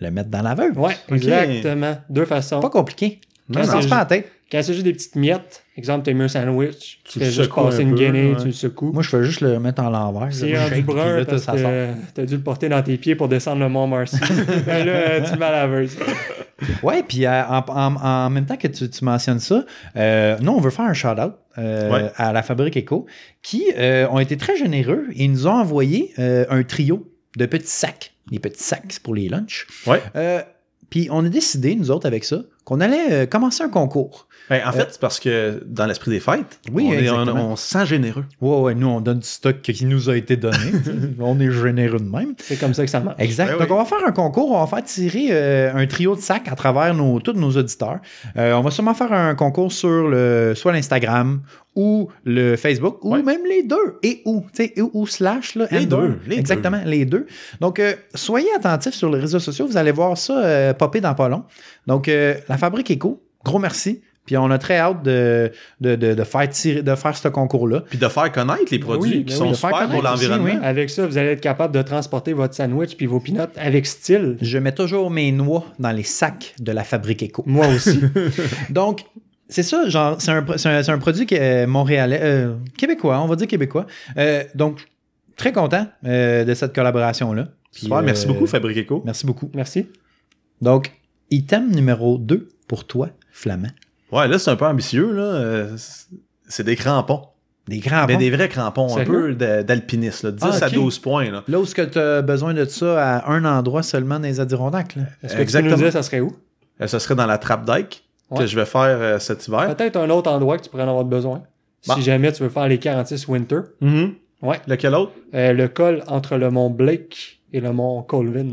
Speaker 1: le mettre dans la veuve.
Speaker 3: Ouais,
Speaker 2: Ok.
Speaker 3: exactement. Deux façons.
Speaker 1: Pas compliqué.
Speaker 2: Non,
Speaker 1: Ça
Speaker 2: non.
Speaker 1: se pas la tête.
Speaker 3: Quand c'est juste des petites miettes, exemple, t'as mis un sandwich, tu,
Speaker 2: le
Speaker 3: fais juste
Speaker 2: secoues un
Speaker 3: passer une
Speaker 2: peu,
Speaker 3: guinée,
Speaker 2: ouais.
Speaker 3: tu le secoues.
Speaker 1: Moi, je fais juste le mettre en l'envers.
Speaker 3: c'est
Speaker 1: Je
Speaker 3: rendu
Speaker 1: shake, puis
Speaker 3: brun
Speaker 1: là, tout,
Speaker 3: parce
Speaker 1: ça sort.
Speaker 3: que t'as dû le porter dans tes pieds pour descendre le Mont-Marcy. Ben là, euh, tu le mets à la laveuse.
Speaker 1: Ouais, puis euh, en, en- en même temps que tu, tu mentionnes ça, euh, nous, on veut faire un shout-out euh,
Speaker 2: Ouais.
Speaker 1: à la Fabrique Éco qui euh, ont été très généreux et ils nous ont envoyé euh, un trio de petits sacs. Des petits sacs c'est pour les lunchs.
Speaker 2: Ouais.
Speaker 1: Euh, puis on a décidé, nous autres, avec ça, qu'on allait euh, commencer un concours.
Speaker 2: Ben, en fait, c'est parce que dans l'esprit des fêtes,
Speaker 1: Oui,
Speaker 2: on, est, on,
Speaker 1: exactement.
Speaker 2: on se sent généreux.
Speaker 1: Ouais, ouais, nous, on donne du stock qui nous a été donné. tu sais. on est généreux de même.
Speaker 3: C'est comme ça que ça marche.
Speaker 1: Exact.
Speaker 2: Ben
Speaker 1: Donc,
Speaker 2: oui.
Speaker 1: on va faire un concours. On va faire tirer euh, un trio de sacs à travers nos, tous nos auditeurs. Euh, on va sûrement faire un concours sur le, soit l'Instagram ou le Facebook ou
Speaker 2: Ouais.
Speaker 1: même les deux. Et ou, tu sais, et ou slash. Là,
Speaker 2: Les
Speaker 1: and
Speaker 2: deux,
Speaker 1: or.
Speaker 2: les deux.
Speaker 1: Exactement, les deux. Donc, euh, soyez attentifs sur les réseaux sociaux. Vous allez voir ça euh, popper dans pas long. Donc, euh, la Fabrique Éco, gros merci. Puis on a très hâte de, de, de, de faire, tirer, de faire ce concours-là.
Speaker 2: Puis de faire connaître les produits
Speaker 3: Oui,
Speaker 2: qui
Speaker 3: ben
Speaker 2: sont
Speaker 1: oui, de faire
Speaker 2: super pour
Speaker 1: connaître aussi,
Speaker 2: l'environnement.
Speaker 1: oui.
Speaker 3: Avec ça, vous allez être capable de transporter votre sandwich puis vos peanuts avec style.
Speaker 1: Je mets toujours mes noix dans les sacs de la Fabrique Éco.
Speaker 3: Moi aussi.
Speaker 1: Donc, c'est ça, genre, c'est un, c'est un- c'est un produit qui est montréalais, euh, québécois, on va dire québécois. Euh, donc, très content euh, de cette collaboration-là. Puis,
Speaker 2: Super, merci
Speaker 1: euh,
Speaker 2: beaucoup, Fabrique Éco.
Speaker 1: Merci beaucoup.
Speaker 3: Merci.
Speaker 1: Donc, item numéro 2 pour toi, Flamand.
Speaker 2: Ouais, là, c'est un peu ambitieux, là. Euh, c'est- C'est des crampons.
Speaker 1: Ben, Des grands
Speaker 2: Mais
Speaker 1: bons.
Speaker 2: des vrais crampons, un
Speaker 3: Sérieux?
Speaker 2: peu de- d'alpinistes, là. 10
Speaker 1: Ah,
Speaker 2: à
Speaker 1: ok.
Speaker 2: 12 points, là.
Speaker 1: Là où est-ce que tu as besoin de ça à un endroit seulement dans les Adirondacks? là?
Speaker 3: Est-ce que tu
Speaker 2: Exactement.
Speaker 3: peux nous dire ça serait où?
Speaker 2: Euh, Ce serait dans la trappe d'Ike que
Speaker 3: Ouais.
Speaker 2: je vais faire euh, cet hiver.
Speaker 3: Peut-être un autre endroit que tu pourrais en avoir besoin.
Speaker 2: Bon.
Speaker 3: Si jamais tu veux faire les 46 Winter,
Speaker 1: Ah.
Speaker 2: Mhm.
Speaker 3: Ouais.
Speaker 2: Lequel autre?
Speaker 3: Euh, le col entre le mont Blake et le mont Colvin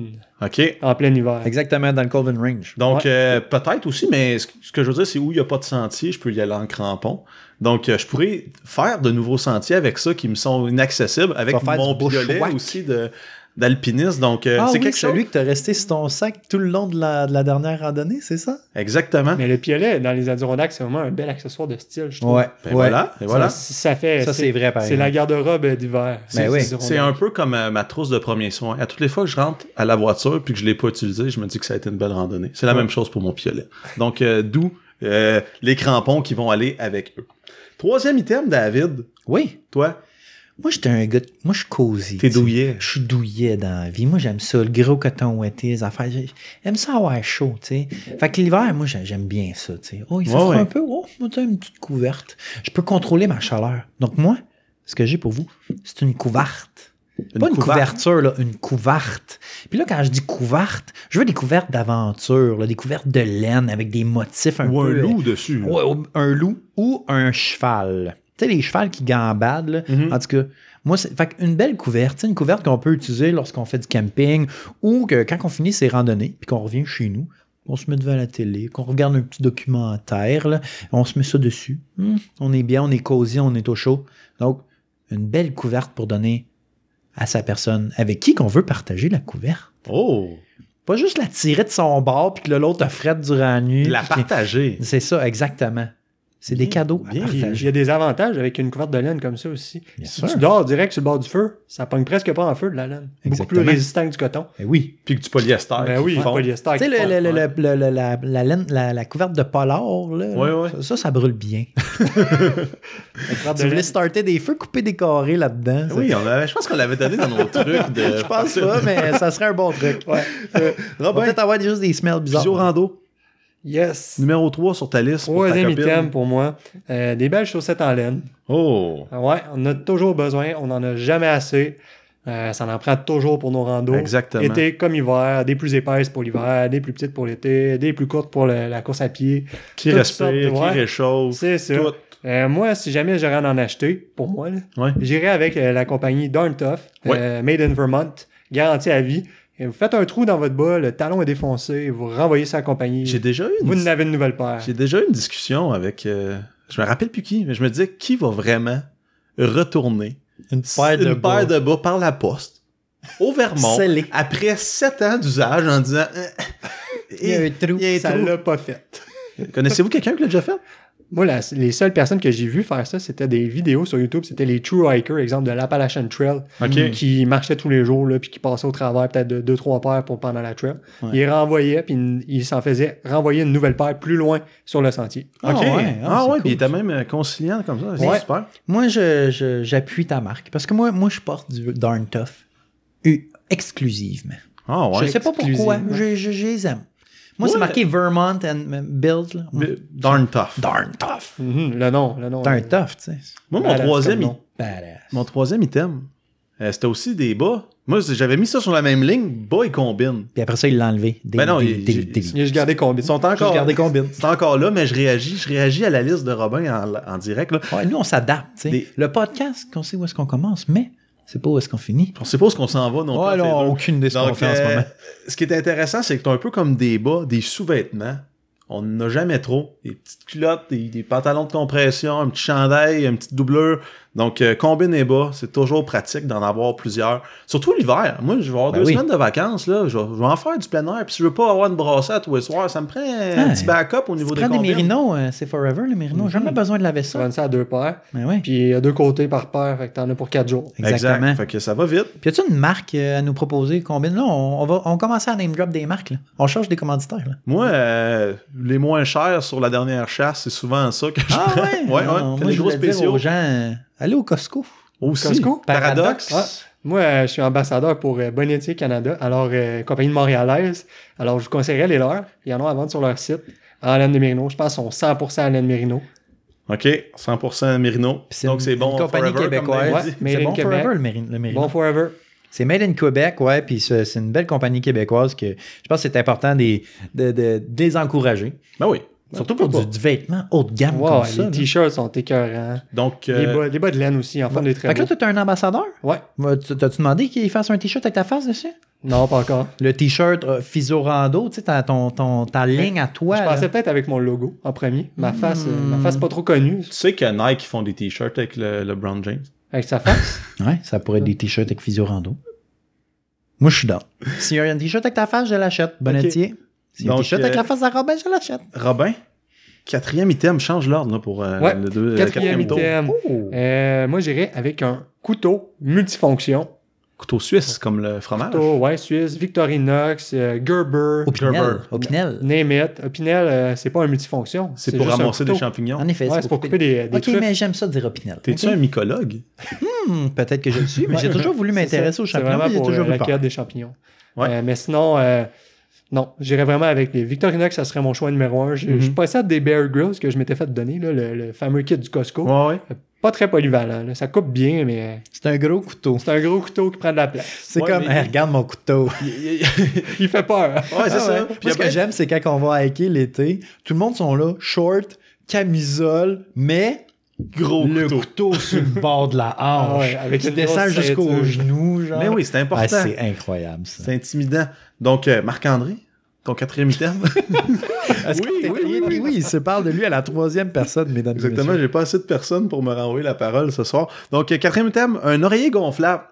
Speaker 2: OK.
Speaker 3: en plein hiver.
Speaker 1: Exactement, dans le Colvin Range.
Speaker 2: Donc,
Speaker 3: Ouais.
Speaker 2: euh, peut-être aussi, mais ce ce que je veux dire, c'est où il n'y a pas de sentier, je peux y aller en crampon. Donc, euh, je pourrais faire de nouveaux sentiers avec ça qui me sont inaccessibles, avec
Speaker 1: Tu vas faire
Speaker 2: mon
Speaker 1: du bushwhack.
Speaker 2: piolet aussi de- d'alpiniste. Donc, euh,
Speaker 1: ah oui,
Speaker 2: c'est quelque
Speaker 1: celui
Speaker 2: chose.
Speaker 1: que tu as resté sur ton sac tout le long de la, de la dernière randonnée, c'est ça?
Speaker 2: Exactement.
Speaker 3: Mais le piolet dans les Adirondacks, c'est vraiment un bel accessoire de style, je trouve.
Speaker 1: Ouais,
Speaker 2: Ben
Speaker 1: ouais.
Speaker 2: voilà, et
Speaker 3: Ça,
Speaker 2: voilà.
Speaker 3: Ça, fait.
Speaker 1: Ça, c'est vrai, par
Speaker 3: C'est la
Speaker 1: exemple.
Speaker 3: garde-robe d'hiver.
Speaker 1: Ben oui.
Speaker 2: C'est un peu comme euh, ma trousse de premiers soins. À toutes les fois que je rentre à la voiture puis que je l'ai pas utilisée, je me dis que ça a été une belle randonnée. C'est la même chose pour mon piolet. Donc, euh, d'où euh, les crampons qui vont aller avec eux. Troisième item, David.
Speaker 1: Oui.
Speaker 2: Toi,
Speaker 1: Moi, j'étais un gars. de- Moi, je suis cosy.
Speaker 2: t'es
Speaker 1: tu sais.
Speaker 2: douillet.
Speaker 1: Je suis douillet dans la vie. Moi, j'aime ça, le gros coton ouaté, les affaires. J'ai- J'aime ça avoir chaud, tu sais. Fait que l'hiver, moi, j'ai- j'aime bien ça, tu sais. Oh, il fait
Speaker 2: Ouais,
Speaker 1: froid
Speaker 2: ouais.
Speaker 1: un peu. Oh, moi, t'as une petite couverte. Je peux contrôler ma chaleur. Donc, moi, ce que j'ai pour vous, c'est une couverte. pas une
Speaker 2: couverte.
Speaker 1: couverture, là, une couverte. Puis là, quand je dis couverte, je veux des couvertes d'aventure, là, des couvertes de laine avec des motifs un
Speaker 2: Ou un
Speaker 1: peu. euh,
Speaker 2: loup dessus. là.
Speaker 1: Ouais, ou- un loup ou un cheval. Tu sais, les chevals qui gambadent, là.
Speaker 2: Mhm.
Speaker 1: En tout cas, moi, c'est fait une belle couverte, tu sais, une couverte qu'on peut utiliser lorsqu'on fait du camping ou que quand on finit ses randonnées puis qu'on revient chez nous, on se met devant la télé, qu'on regarde un petit documentaire, là, on se met ça dessus. Hum, on est bien, on est cosy, on est au chaud. Donc, une belle couverte pour donner à sa personne avec qui qu'on veut partager la couverte.
Speaker 2: Oh!
Speaker 1: Pas juste la tirer de son bord puis que là, l'autre offrette durant la nuit.
Speaker 2: La
Speaker 1: puis que-
Speaker 2: partager.
Speaker 1: c'est ça, exactement. C'est des
Speaker 2: Bien,
Speaker 1: cadeaux à
Speaker 2: bien,
Speaker 1: partager.
Speaker 3: Il y a des avantages avec une couverte de laine comme ça aussi.
Speaker 1: Ah, Bien
Speaker 3: si
Speaker 1: sûr.
Speaker 3: tu dors direct sur le bord du feu, ça pogne presque pas en feu de la laine. Beaucoup
Speaker 1: Exactement.
Speaker 3: plus résistant que du coton.
Speaker 1: Eh oui.
Speaker 2: Puis que du polyester.
Speaker 3: Ben
Speaker 2: Ah,
Speaker 3: oui,
Speaker 2: qui
Speaker 3: le
Speaker 2: fond.
Speaker 3: polyester.
Speaker 1: Tu sais,
Speaker 3: qui
Speaker 1: le-
Speaker 3: fond,
Speaker 1: le- le-
Speaker 3: ouais.
Speaker 1: le- le- la, la laine- la- la couverte de polar, là,
Speaker 2: Ouais,
Speaker 1: là,
Speaker 2: ouais.
Speaker 1: Ça, ça, ça brûle bien.
Speaker 2: Ah,
Speaker 3: La couverte
Speaker 1: si
Speaker 3: de
Speaker 1: vous voulez
Speaker 3: laine.
Speaker 1: starter des feux, couper des carrés là-dedans. ça-
Speaker 2: ben, Oui, on avait- je pense qu'on l'avait donné dans nos trucs de.
Speaker 1: Je pense pas, mais ça serait un bon truc. Euh, on va
Speaker 2: Robin,
Speaker 1: peut-être avoir juste des smells bizarres.
Speaker 2: visio rando,
Speaker 3: Yes.
Speaker 2: numéro 3 sur ta liste. pour ta
Speaker 3: Troisième
Speaker 2: copine.
Speaker 3: item pour moi. Euh, des belles chaussettes en laine.
Speaker 2: Oh!
Speaker 3: Ah Ouais, on en a toujours besoin. On n'en a jamais assez. Euh, ça en prend toujours pour nos randos.
Speaker 2: Exactement.
Speaker 3: Été comme hiver, des plus épaisses pour l'hiver, des plus petites pour l'été, des plus courtes pour le- la course à pied.
Speaker 2: Qui
Speaker 3: toutes
Speaker 2: respire,
Speaker 3: sortes, ouais.
Speaker 2: qui réchauffe.
Speaker 3: C'est ça.
Speaker 2: Tout.
Speaker 3: Euh, moi, si jamais j'aurais à en acheter, pour moi, là,
Speaker 2: Ouais.
Speaker 3: j'irais avec euh, la compagnie Darn Tough, euh, Made in Vermont, garantie à vie. Et vous faites un trou dans votre bas, le talon est défoncé, vous renvoyez ça à la compagnie.
Speaker 2: J'ai déjà eu une
Speaker 3: Vous n'avez une nouvelle paire.
Speaker 2: J'ai déjà eu une discussion avec. euh, je me rappelle plus qui, mais je me disais qui va vraiment retourner
Speaker 1: Une paire de
Speaker 2: une
Speaker 1: bas.
Speaker 2: paire de Ah, bas par la poste au Vermont
Speaker 1: Scellé.
Speaker 2: après 7 ans d'usage en disant. Euh,
Speaker 1: Il y a
Speaker 2: eh,
Speaker 1: un trou.
Speaker 2: il y a un
Speaker 3: Ça
Speaker 2: trou.
Speaker 3: l'a pas fait.
Speaker 2: Connaissez-vous quelqu'un qui l'a déjà fait?
Speaker 3: Moi, la- les seules personnes que j'ai vues faire ça, c'était des vidéos sur YouTube. C'était les True Hikers, exemple de l'Appalachian Trail,
Speaker 2: Ok.
Speaker 3: qui marchaient tous les jours, là, puis qui passaient au travers peut-être de deux, trois paires pour pendant la trail.
Speaker 2: Ouais.
Speaker 3: Ils renvoyaient, puis ils- ils s'en faisaient renvoyer une nouvelle paire plus loin sur le sentier.
Speaker 1: Ah
Speaker 2: ok.
Speaker 1: ouais, ah,
Speaker 2: ah
Speaker 1: c'est
Speaker 2: ouais, puis il
Speaker 1: cool,
Speaker 2: était même euh, conciliant comme ça. C'est
Speaker 3: Ouais.
Speaker 2: super.
Speaker 1: Moi, je- je- j'appuie ta marque. Parce que moi, moi je porte du Darn Tough eu- exclusivement.
Speaker 2: Ah
Speaker 1: Je
Speaker 2: ouais.
Speaker 1: sais pas pourquoi.
Speaker 3: exclusivement.
Speaker 1: Je, je- je les aime. Moi, c'est
Speaker 2: Ouais.
Speaker 1: marqué Vermont and Build. là.
Speaker 2: B- Darn tough.
Speaker 1: Darn Tough.
Speaker 3: Mhm, le nom, le nom.
Speaker 1: Darn
Speaker 3: euh,
Speaker 1: Tough, tu sais.
Speaker 2: Moi, mon
Speaker 3: Badass
Speaker 2: troisième,
Speaker 3: comme
Speaker 2: il-
Speaker 3: nom.
Speaker 1: Badass.
Speaker 2: mon troisième item, euh, c'était aussi des bas. Moi, c'est- j'avais mis ça sur la même ligne, bas et combine.
Speaker 1: Puis après ça, il l'a enlevé. Des,
Speaker 2: Ben non,
Speaker 1: des-
Speaker 2: il-
Speaker 1: des-
Speaker 2: j'ai-
Speaker 1: des-
Speaker 2: ils
Speaker 3: Il a juste gardé combien?
Speaker 2: Ils sont encore.
Speaker 1: gardé combine.
Speaker 2: C'est encore là, mais je réagis. Je réagis à la liste de Robin en, en direct. Là.
Speaker 1: Ouais, nous, on s'adapte. tu sais.
Speaker 2: Des-
Speaker 1: Le podcast, qu'on sait où est-ce qu'on commence, mais c'est pas où est-ce qu'on finit.
Speaker 2: On sait pas où est-ce qu'on s'en va non
Speaker 1: Ouais,
Speaker 2: plus.
Speaker 1: là, on a aucune idée de ce qu'on
Speaker 2: Donc,
Speaker 1: fait en ce
Speaker 2: euh,
Speaker 1: moment.
Speaker 2: ce qui est intéressant, c'est que c'est un peu comme des bas, des sous-vêtements. On n'a jamais trop. Des petites culottes, des, des pantalons de compression, un petit chandail, une petite doublure. Donc, euh, combine et bas, c'est toujours pratique d'en avoir plusieurs. Surtout l'hiver. Moi, je vais avoir
Speaker 1: Ben
Speaker 2: deux
Speaker 1: oui.
Speaker 2: semaines de vacances. Là. Je, vais, je vais en faire du plein air. Puis si je veux pas avoir une brassette tous les soirs, ça me prend
Speaker 1: Ah,
Speaker 2: un petit backup au
Speaker 1: Tu
Speaker 2: niveau des
Speaker 1: prends des
Speaker 2: combines. Mhm.
Speaker 1: mérinos, euh, c'est forever, le mérino. Jamais besoin de laver
Speaker 3: Tu
Speaker 1: ça.
Speaker 3: rends ça à deux paires,
Speaker 1: Ben ouais,
Speaker 3: puis il y a deux côtés par paire, fait que t'en as pour quatre jours.
Speaker 1: exactement.
Speaker 2: Exact. Fait que ça va vite.
Speaker 1: Puis y a-tu une marque euh, à nous proposer, combine? Là, on, on va on commence à name drop des marques. là. On change des commanditaires. Là.
Speaker 2: Moi, euh, les moins chers sur la dernière chasse, c'est souvent ça que je
Speaker 1: Ah
Speaker 2: prends.
Speaker 1: ouais?
Speaker 2: ouais,
Speaker 1: Non,
Speaker 2: ouais.
Speaker 1: non,
Speaker 2: T'as
Speaker 1: moi,
Speaker 2: des
Speaker 1: je
Speaker 2: gros
Speaker 1: voulais dire
Speaker 2: spéciaux.
Speaker 1: aux gens, euh, allez au Costco. Ah.
Speaker 2: Aussi.
Speaker 3: Costco?
Speaker 2: Paradoxe.
Speaker 3: Paradoxe. Moi, euh, je suis ambassadeur pour euh, Bonnetier Canada, alors euh, compagnie de Montréalaise. Alors, je vous conseillerais les leurs. Il y en a à vendre sur leur site en laine de Mérino. Je pense qu'ils sont 100% en laine Mérino.
Speaker 2: OK, 100% Mérino.
Speaker 1: Puis
Speaker 2: Donc c'est
Speaker 1: une-
Speaker 2: bon.
Speaker 1: une compagnie
Speaker 2: forever,
Speaker 1: québécoise.
Speaker 2: comme Dave dit.
Speaker 3: Ouais, made
Speaker 1: c'est
Speaker 3: in
Speaker 1: bon
Speaker 3: Québec.
Speaker 1: forever, le mérino. le mérino.
Speaker 3: Bon forever.
Speaker 1: C'est Made in Quebec, ouais, puis c'est c'est une belle compagnie québécoise que je pense que c'est important des- de, de- de les encourager.
Speaker 2: Ben oui.
Speaker 1: Surtout pour
Speaker 2: Pourquoi
Speaker 1: du, du vêtement haut de gamme
Speaker 3: Wow,
Speaker 1: comme
Speaker 3: les
Speaker 1: ça. là.
Speaker 3: t-shirts sont écœurants.
Speaker 2: pas. Donc,
Speaker 3: Les,
Speaker 2: euh,
Speaker 3: bas, les bas de laine aussi, en forme de
Speaker 1: Fait
Speaker 3: très
Speaker 1: que là,
Speaker 3: beaux.
Speaker 1: tu as un ambassadeur.
Speaker 3: Ouais,
Speaker 1: Moi, tu- T'as-tu demandé qu'il fasse un t-shirt avec ta face dessus?
Speaker 3: non, pas encore.
Speaker 1: Le t-shirt euh, Physio Rando, tu sais, ta, ton, ton- ta ligne à toi.
Speaker 3: je
Speaker 1: là. Hmm.
Speaker 3: pensais peut-être avec mon logo en premier. Ma face, euh, ma face pas trop connue
Speaker 2: tu sais que Nike font des t-shirts avec le, le Brown James.
Speaker 3: avec sa face.
Speaker 1: Ouais, ça pourrait être des t-shirts avec Physio Rando. Moi, je suis dans. S'il y a un t-shirt avec ta face, je l'achète. Bonnetier. S'il y a un
Speaker 2: Donc,
Speaker 1: t-shirt avec
Speaker 2: euh,
Speaker 1: la face de Robin, je l'achète.
Speaker 2: Robin, quatrième item, change l'ordre là, pour euh,
Speaker 3: Ouais,
Speaker 2: le deux- le
Speaker 3: Quatrième
Speaker 2: tour.
Speaker 3: item.
Speaker 1: Oh.
Speaker 3: Euh, moi, j'irais avec un couteau multifonction.
Speaker 2: Couteau suisse, comme le
Speaker 1: Ah.
Speaker 2: fromage.
Speaker 3: Couteau, ouais, Suisse, Victorinox, euh, Gerber.
Speaker 1: Opinel.
Speaker 2: Gerber.
Speaker 1: Opinel.
Speaker 3: Name it. Opinel, euh, c'est pas un multifonction.
Speaker 2: C'est pour
Speaker 3: juste un
Speaker 2: ramasser des
Speaker 3: couteau.
Speaker 2: champignons.
Speaker 1: En effet,
Speaker 3: Ouais, c'est pour couper des, des
Speaker 1: Ok,
Speaker 3: truffes.
Speaker 1: mais j'aime ça dire Opinel.
Speaker 2: T'es-tu un mycologue?
Speaker 1: Hmm, peut-être que je le suis, mais j'ai toujours voulu
Speaker 3: C'est
Speaker 1: m'intéresser
Speaker 3: ça.
Speaker 1: aux
Speaker 3: C'est
Speaker 1: champignons.
Speaker 3: vraiment
Speaker 1: mais J'ai
Speaker 3: pour, euh,
Speaker 1: toujours eu
Speaker 3: la
Speaker 1: peur.
Speaker 3: cueillette des champignons.
Speaker 2: Ouais.
Speaker 3: Euh, mais sinon, euh, non, j'irais vraiment avec les Victorinox, ça serait mon choix numéro un. Je,
Speaker 2: Mhm.
Speaker 3: je possède des Bear Grylls que je m'étais fait donner, là, le, le fameux kit du Costco.
Speaker 2: Ouais, ouais.
Speaker 3: pas très polyvalent. là. Ça coupe bien, mais
Speaker 1: C'est un gros couteau.
Speaker 3: c'est un gros couteau qui prend de la place.
Speaker 1: C'est
Speaker 2: Ouais,
Speaker 1: comme,
Speaker 2: mais-
Speaker 1: Hey, regarde mon couteau.
Speaker 3: Il fait peur.
Speaker 2: Ouais, c'est
Speaker 1: Ah
Speaker 2: ça.
Speaker 1: ouais. Moi,
Speaker 2: Puis
Speaker 1: ce
Speaker 2: après-
Speaker 1: que j'aime, c'est quand on va hiker l'été, tout le monde sont là, short, camisole, mais
Speaker 2: Gros
Speaker 1: le
Speaker 2: couteau.
Speaker 1: couteau sur le bord de la
Speaker 3: Ah
Speaker 1: hanche.
Speaker 3: ouais, avec
Speaker 1: qui
Speaker 3: une
Speaker 1: descend
Speaker 3: grosse
Speaker 1: jusqu'aux
Speaker 3: ceinture.
Speaker 1: genoux, genre.
Speaker 2: Mais oui, c'est important.
Speaker 1: Ah, c'est incroyable, ça.
Speaker 2: c'est intimidant. Donc, euh, Marc-André, ton quatrième item.
Speaker 1: Est-ce que
Speaker 2: Oui,
Speaker 1: t'es
Speaker 2: oui,
Speaker 1: payé?
Speaker 2: oui, oui.
Speaker 1: il se parle de lui à la troisième personne, mesdames et
Speaker 2: Exactement,
Speaker 1: messieurs.
Speaker 2: j'ai pas assez de personnes pour me renvoyer la parole ce soir. Donc, euh, quatrième thème, un oreiller gonflable.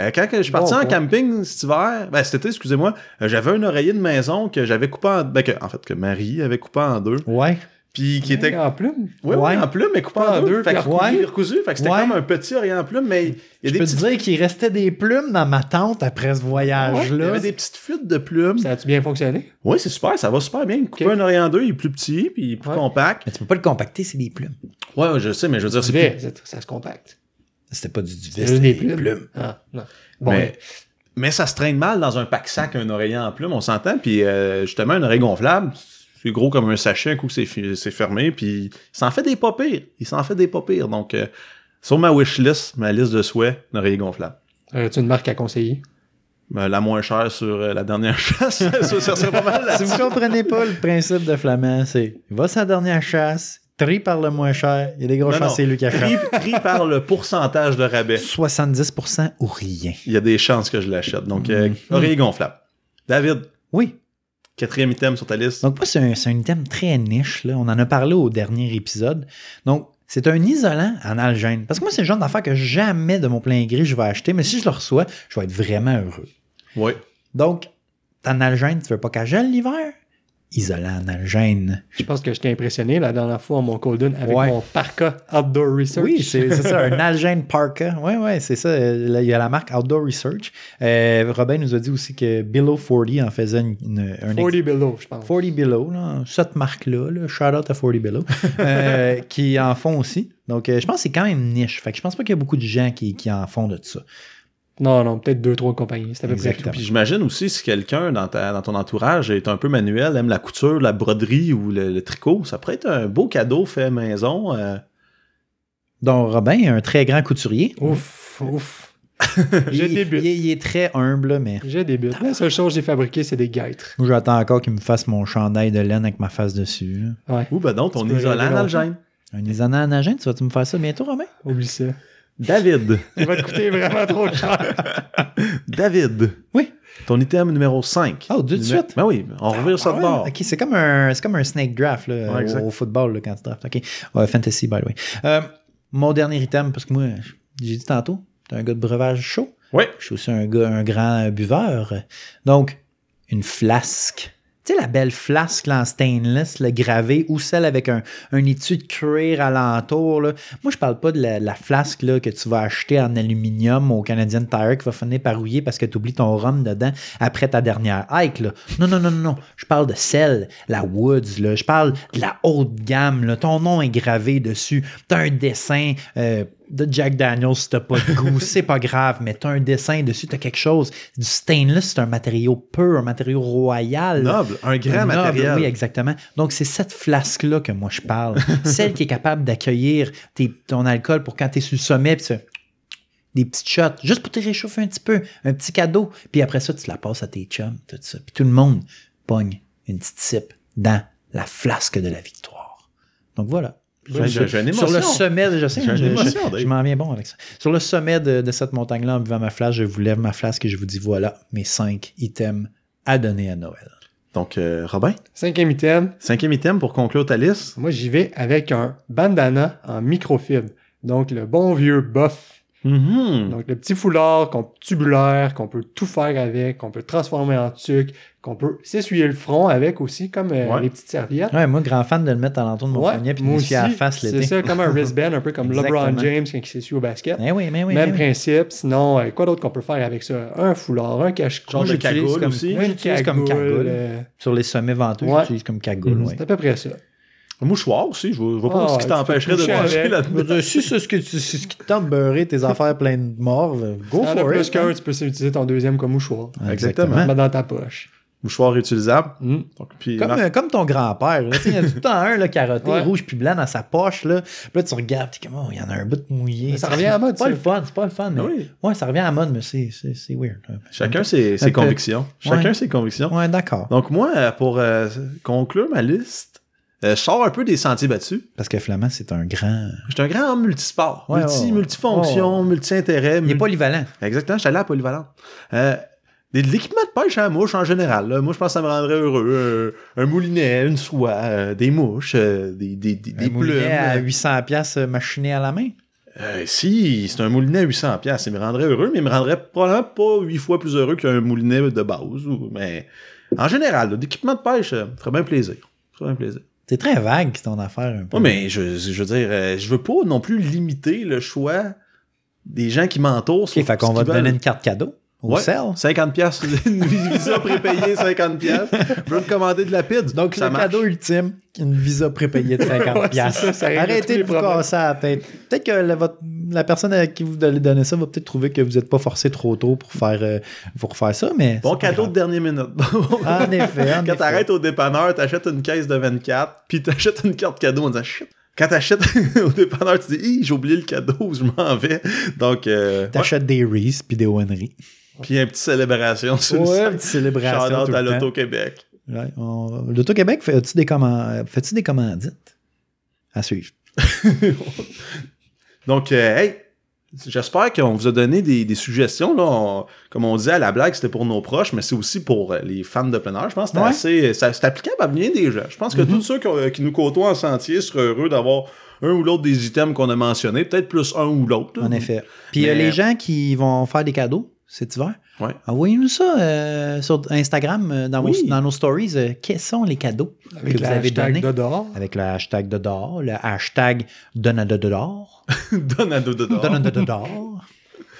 Speaker 2: Euh, quand que je suis parti
Speaker 3: Bon
Speaker 2: en
Speaker 3: point.
Speaker 2: camping cet hiver, ben cet été, excusez-moi, euh, j'avais un oreiller de maison que j'avais coupé en ben, que, en fait que Marie avait coupé en deux,
Speaker 1: Ouais.
Speaker 2: puis qui était
Speaker 3: En plume.
Speaker 2: ouais, ouais,
Speaker 1: Ouais.
Speaker 2: en plume mais coupé en, deux, fait que
Speaker 3: puis
Speaker 2: recousu,
Speaker 1: ouais.
Speaker 2: recousu, fait que c'était
Speaker 1: Ouais.
Speaker 2: comme un petit oreiller en plume mais il y a
Speaker 1: Je
Speaker 2: des
Speaker 1: peux
Speaker 2: petites
Speaker 1: te dire qu'il restait des plumes dans ma tente après ce
Speaker 2: ouais, il y
Speaker 1: voyage-là.
Speaker 2: avait des petites fuites de plumes.
Speaker 3: Ça a-tu bien fonctionné?
Speaker 2: Oui, c'est super, ça va super bien. Couper
Speaker 3: Ok.
Speaker 2: un oreiller en deux, il est plus petit, puis il est plus
Speaker 3: Ouais.
Speaker 2: compact.
Speaker 1: Mais tu peux pas le compacter, c'est des plumes.
Speaker 2: Ouais, ouais, je sais, mais je veux dire, c'est
Speaker 3: Du
Speaker 2: plus...
Speaker 3: lait, c'est- ça se compacte.
Speaker 1: C'était pas du duvet, c'était
Speaker 3: C'est juste
Speaker 1: des plumes.
Speaker 3: Ah, non. Bon,
Speaker 2: mais, mais ça se traîne mal dans un pack-sac, un oreiller en plume, on s'entend. Puis euh, justement, un oreiller gonflable, c'est gros comme un sachet, un coup que c'est, fi- c'est fermé, puis il s'en fait des pas pires. Il s'en fait des pas pires. Donc, euh, sur ma wishlist, ma liste de souhaits, un oreiller gonflable.
Speaker 3: tu une marque à conseiller?
Speaker 2: Euh, la moins chère sur euh, la dernière chasse, ça, ça serait pas mal.
Speaker 1: Si vous comprenez pas le principe de Flamand, c'est il va sa dernière chasse, tri par le moins cher, il y a des gros
Speaker 2: Non,
Speaker 1: chances,
Speaker 2: non.
Speaker 1: c'est lui qui
Speaker 2: Pris,
Speaker 1: achète.
Speaker 2: pris par le pourcentage de rabais.
Speaker 1: 70% ou rien.
Speaker 2: Il y a des chances que je l'achète. Donc, euh, oreiller gonflable. David,
Speaker 1: Oui.
Speaker 2: quatrième item sur ta liste.
Speaker 1: Donc, moi, c'est un, c'est un thème très niche. Là. On en a parlé au dernier épisode. Donc, c'est un isolant en algène. Parce que moi, c'est le genre d'affaire que jamais de mon plein gré je vais acheter, mais si je le reçois, je vais être vraiment heureux.
Speaker 2: Oui.
Speaker 1: Donc, en algène, tu veux pas qu'elle gèle l'hiver? Isolant en algène.
Speaker 3: Je pense que je t'ai impressionné la dernière fois à mon Colden avec
Speaker 1: Ouais.
Speaker 3: mon parka Outdoor Research.
Speaker 1: Oui, c'est c'est ça, un Algène Parka. Oui, oui, c'est ça. Euh, là, Il y a la marque Outdoor Research. Euh, Robin nous a dit aussi que Below 40 en faisait une, une- un
Speaker 3: 40
Speaker 1: ex-
Speaker 3: below, je pense.
Speaker 1: 40 Below, là, cette marque-là, là, shout out à 40 Below, euh, qui en font aussi. Donc, euh, je pense que c'est quand même niche. Fait que je pense pas qu'il y a beaucoup de gens qui, qui en font de ça.
Speaker 3: Non, non, peut-être deux, trois compagnies. C'est à peu près tout.
Speaker 1: Exactement.
Speaker 2: Puis j'imagine aussi si quelqu'un dans, ta- dans ton entourage est un peu manuel, aime la couture, la broderie ou le, le tricot, ça pourrait être un beau cadeau fait maison. euh.
Speaker 1: Donc, Robin est un très grand couturier.
Speaker 3: Ouf, ouf. je
Speaker 1: il, il
Speaker 3: débute.
Speaker 1: est- il est très humble, là, mais
Speaker 3: Je débute. La seule chose que j'ai fabriquée, c'est des guêtres.
Speaker 1: moi, j'attends encore qu'il me fasse mon chandail de laine avec ma face dessus. là.
Speaker 3: Ouais,
Speaker 2: Ou ben donc ton
Speaker 3: Tu peux
Speaker 2: isolant
Speaker 3: rêver
Speaker 2: dans le
Speaker 3: longtemps.
Speaker 2: gène.
Speaker 1: Un isolant en algène, tu vas-tu me faire ça bientôt, Robin?
Speaker 3: oublie ça.
Speaker 2: David.
Speaker 3: Il va te coûter vraiment trop cher.
Speaker 2: David.
Speaker 1: Oui.
Speaker 2: Ton item numéro 5.
Speaker 1: Oh, de suite?
Speaker 2: Ben oui, on revient
Speaker 1: Ah
Speaker 2: sur le
Speaker 1: ouais?
Speaker 2: bord.
Speaker 1: Ok, c'est comme un, c'est comme un snake draft là,
Speaker 2: Ouais, exact.
Speaker 1: au, au football là, quand tu drafts. Ok, Ouais, fantasy by the way. Euh, mon dernier item parce que moi, j'ai dit tantôt, t'es un gars de breuvage chaud.
Speaker 2: Ouais.
Speaker 1: Je suis aussi un gars, un grand euh, buveur. Donc, une flasque. Tu sais, la belle flasque là, en stainless, le gravé, ou celle avec un, un étui de cuir alentour. Là. Moi, je parle pas de la, la flasque là, que tu vas acheter en aluminium au Canadian Tire qui va finir par rouiller parce que tu oublies ton rhum dedans après ta dernière hike. Là. Non, non, non, non, non. Je parle de celle, la Woods. Là. Je parle de la haute gamme. Là. Ton nom est gravé dessus. T'as un dessin euh, de Jack Daniels si t'as pas de goût. c'est pas grave, mais t'as un dessin dessus. T'as quelque chose. Du stainless, c'est un matériau peu, un matériau royal. là.
Speaker 2: Noble, un grand
Speaker 1: Noble,
Speaker 2: matériel.
Speaker 1: Oui, exactement. Donc, c'est cette flasque-là que moi je parle. Celle qui est capable d'accueillir tes- ton alcool pour quand tu es sur le sommet, puis tu fais des petites shots, juste pour te réchauffer un petit peu, un petit cadeau. Puis après ça, tu la passes à tes chums, tout ça. Puis tout le monde pogne une petite sip dans la flasque de la victoire. Donc voilà.
Speaker 2: J'ai- j'ai- j'ai une
Speaker 1: Sur le
Speaker 2: émotion.
Speaker 1: sommet, de- je sais,
Speaker 2: J'ai une
Speaker 1: je- je-
Speaker 2: émotion,
Speaker 1: je,
Speaker 2: Dave.
Speaker 1: m'en viens bon avec ça. Sur le sommet de, de cette montagne-là, en buvant ma flasque, je vous lève ma flasque et je vous dis voilà mes cinq items à donner à Noël.
Speaker 2: Donc, euh, Robin,
Speaker 3: Cinquième item,
Speaker 2: cinquième item pour conclure ta liste.
Speaker 3: Moi, j'y vais avec un bandana en microfibre. Donc, le bon vieux buff.
Speaker 1: Mm.
Speaker 2: Mhm.
Speaker 3: Donc, le petit foulard qu'on- tubulaire qu'on peut tout faire avec, qu'on peut transformer en tuque, qu'on peut s'essuyer le front avec aussi, comme euh,
Speaker 2: Ouais.
Speaker 3: les petites serviettes.
Speaker 1: Ouais, moi, grand fan de le mettre à l'entour de mon
Speaker 3: Ouais,
Speaker 1: poignet puis de
Speaker 3: moi
Speaker 1: me fier à la
Speaker 3: aussi,
Speaker 1: face
Speaker 3: c'est
Speaker 1: l'été.
Speaker 3: ça, comme un wristband, un peu comme LeBron
Speaker 1: Exactement.
Speaker 3: James quand il s'essuie au basket.
Speaker 1: Eh oui, mais oui.
Speaker 3: Même
Speaker 1: mais oui.
Speaker 3: principe. Sinon, euh, quoi d'autre qu'on peut faire avec ça? Un foulard, un cache-cou,
Speaker 2: Genre de
Speaker 1: j'utilise
Speaker 2: cagoule
Speaker 1: comme-
Speaker 2: aussi.
Speaker 3: une
Speaker 1: j'utilise comme cagoule.
Speaker 3: euh,
Speaker 1: Sur les sommets venteux,
Speaker 3: Ouais.
Speaker 1: j'utilise comme cagoule.
Speaker 3: C'est à peu près ça.
Speaker 2: Un mouchoir aussi, je vois, je vois pas
Speaker 3: Ah,
Speaker 2: ce qui
Speaker 3: tu peux
Speaker 2: t'empêcherait de
Speaker 3: coucher
Speaker 2: manger
Speaker 3: avec.
Speaker 2: là-dedans.
Speaker 1: Si c'est ce, que tu- c'est ce qui te tente de beurrer tes affaires pleines de morve, go
Speaker 3: T'en as
Speaker 1: for
Speaker 3: plus
Speaker 1: it. hein. Ah.
Speaker 3: qu'un, tu peux utiliser ton deuxième comme mouchoir.
Speaker 1: Ouais,
Speaker 2: Exactement.
Speaker 3: Ben, Dans ta poche.
Speaker 2: mouchoir réutilisable.
Speaker 3: Mm.
Speaker 2: Donc, puis,
Speaker 1: Comme,
Speaker 2: Marc-
Speaker 1: euh, comme ton grand-père, là, tu sais, il y a tout le temps un là, carotté,
Speaker 3: Ouais.
Speaker 1: rouge puis blanc dans sa poche. Là, Puis là tu regardes, t'es comme, oh, il y en a un bout de mouillé.
Speaker 3: Mais ça revient à la mode,
Speaker 1: C'est pas
Speaker 3: ça.
Speaker 1: le fun, c'est pas le fun. Mais...
Speaker 2: Ah oui.
Speaker 1: Ouais, ça revient à la mode, mais c'est, c'est, c'est weird.
Speaker 2: Chacun ses, ses
Speaker 1: peu.
Speaker 2: convictions. Chacun
Speaker 1: Ouais.
Speaker 2: ses convictions.
Speaker 1: Ouais, d'accord.
Speaker 2: Donc, moi, euh, pour euh, conclure ma liste, euh, je sors un peu des sentiers battus.
Speaker 1: Parce que Flamand, c'est un grand.
Speaker 2: J'étais un grand homme multisport,
Speaker 1: Ouais,
Speaker 2: multi,
Speaker 1: ouais, ouais.
Speaker 2: multifonction,
Speaker 1: Ouais,
Speaker 2: multi-intérêt.
Speaker 1: Il est
Speaker 2: mul-
Speaker 1: polyvalent.
Speaker 2: Exactement, j'étais allé à la polyvalente. Euh, des- de l'équipement de pêche à la mouche en général. là. Moi, je pense que ça me rendrait heureux. Euh, un moulinet, une soie, euh, des mouches, euh, des, des, des, des
Speaker 1: un moulinet
Speaker 2: plumes.
Speaker 1: à 800 pièces machiné à la main.
Speaker 2: Euh, si, c'est un moulinet à 800 pièces, il me rendrait heureux, mais il me rendrait probablement pas 8 fois plus heureux qu'un moulinet de base. ou- mais en général, là, l'équipement de pêche, euh, ferait bien plaisir. Ferait bien plaisir.
Speaker 1: C'est très vague ton affaire un peu.
Speaker 2: Ouais, mais je, je veux dire, euh, je veux pas non plus limiter le choix des gens qui m'entourent.
Speaker 1: OK,
Speaker 2: sur
Speaker 1: fait
Speaker 2: ce
Speaker 1: qu'on va
Speaker 2: qu'ils
Speaker 1: te donner
Speaker 2: veulent.
Speaker 1: une carte cadeau au
Speaker 2: Ouais.
Speaker 1: sel.
Speaker 2: 50 pièces, une visa prépayée 50 pièces. Je veux me commander de la pide.
Speaker 1: Donc,
Speaker 2: ça
Speaker 1: le
Speaker 2: marche.
Speaker 1: cadeau ultime, une visa prépayée de 50
Speaker 3: Ouais, c'est ça, ça règle tous
Speaker 1: Arrêtez
Speaker 3: les
Speaker 1: de vous
Speaker 3: problèmes.
Speaker 1: casser la tête. Peut-être que la, votre- la personne à qui vous allez donner ça va peut-être trouver que vous n'êtes pas forcé trop tôt pour faire, euh, pour faire ça, mais...
Speaker 2: Bon
Speaker 1: c'est pas
Speaker 2: cadeau de
Speaker 1: grave.
Speaker 2: dernière minute. Ah,
Speaker 1: En effet, en
Speaker 2: Quand
Speaker 1: effet.
Speaker 2: t'arrêtes au dépanneur, t'achètes une caisse de 24, puis t'achètes une carte cadeau en disant shit. Quand t'achètes au dépanneur, tu dis Hi, j'ai oublié le cadeau, je m'en vais. Donc, euh, ouais.
Speaker 1: T'achètes des Reese puis des Onery.
Speaker 2: puis un petit célébration sur le
Speaker 1: Ouais,
Speaker 2: sac.
Speaker 1: petite célébration
Speaker 2: Shout-out
Speaker 1: tout
Speaker 2: à
Speaker 1: le temps.
Speaker 2: l'Auto-Québec.
Speaker 1: Ouais, on- L'Auto-Québec, fais-tu des, commandes... fais des commandites? À suivre.
Speaker 2: Donc, euh, hey, j'espère qu'on vous a donné des, des suggestions. Là. On- comme on disait à la blague, c'était pour nos proches, mais c'est aussi pour euh, les fans de plein air. Je pense que
Speaker 1: Ouais. Mm-hmm.
Speaker 2: c'est assez. ça- C'est applicable à bien des gens. Je pense que tous ceux qui, ont- euh, qui nous côtoient en sentier seraient heureux d'avoir un ou l'autre des items qu'on a mentionnés, peut-être plus un ou l'autre. là.
Speaker 1: En effet. Puis euh,
Speaker 2: Mais-
Speaker 1: les gens qui vont faire des cadeaux cet hiver,
Speaker 2: Ouais.
Speaker 1: envoyez-nous ça euh, sur Instagram, euh, dans,
Speaker 2: Oui.
Speaker 1: vos- dans nos stories. euh, quels sont les cadeaux
Speaker 3: Avec
Speaker 1: que vous avez
Speaker 3: l'hashtag
Speaker 1: donnés?
Speaker 3: de dehors.
Speaker 1: Avec le hashtag de d'or, le hashtag donadodor.
Speaker 2: Donne à dos de dehors.
Speaker 1: Donadodor.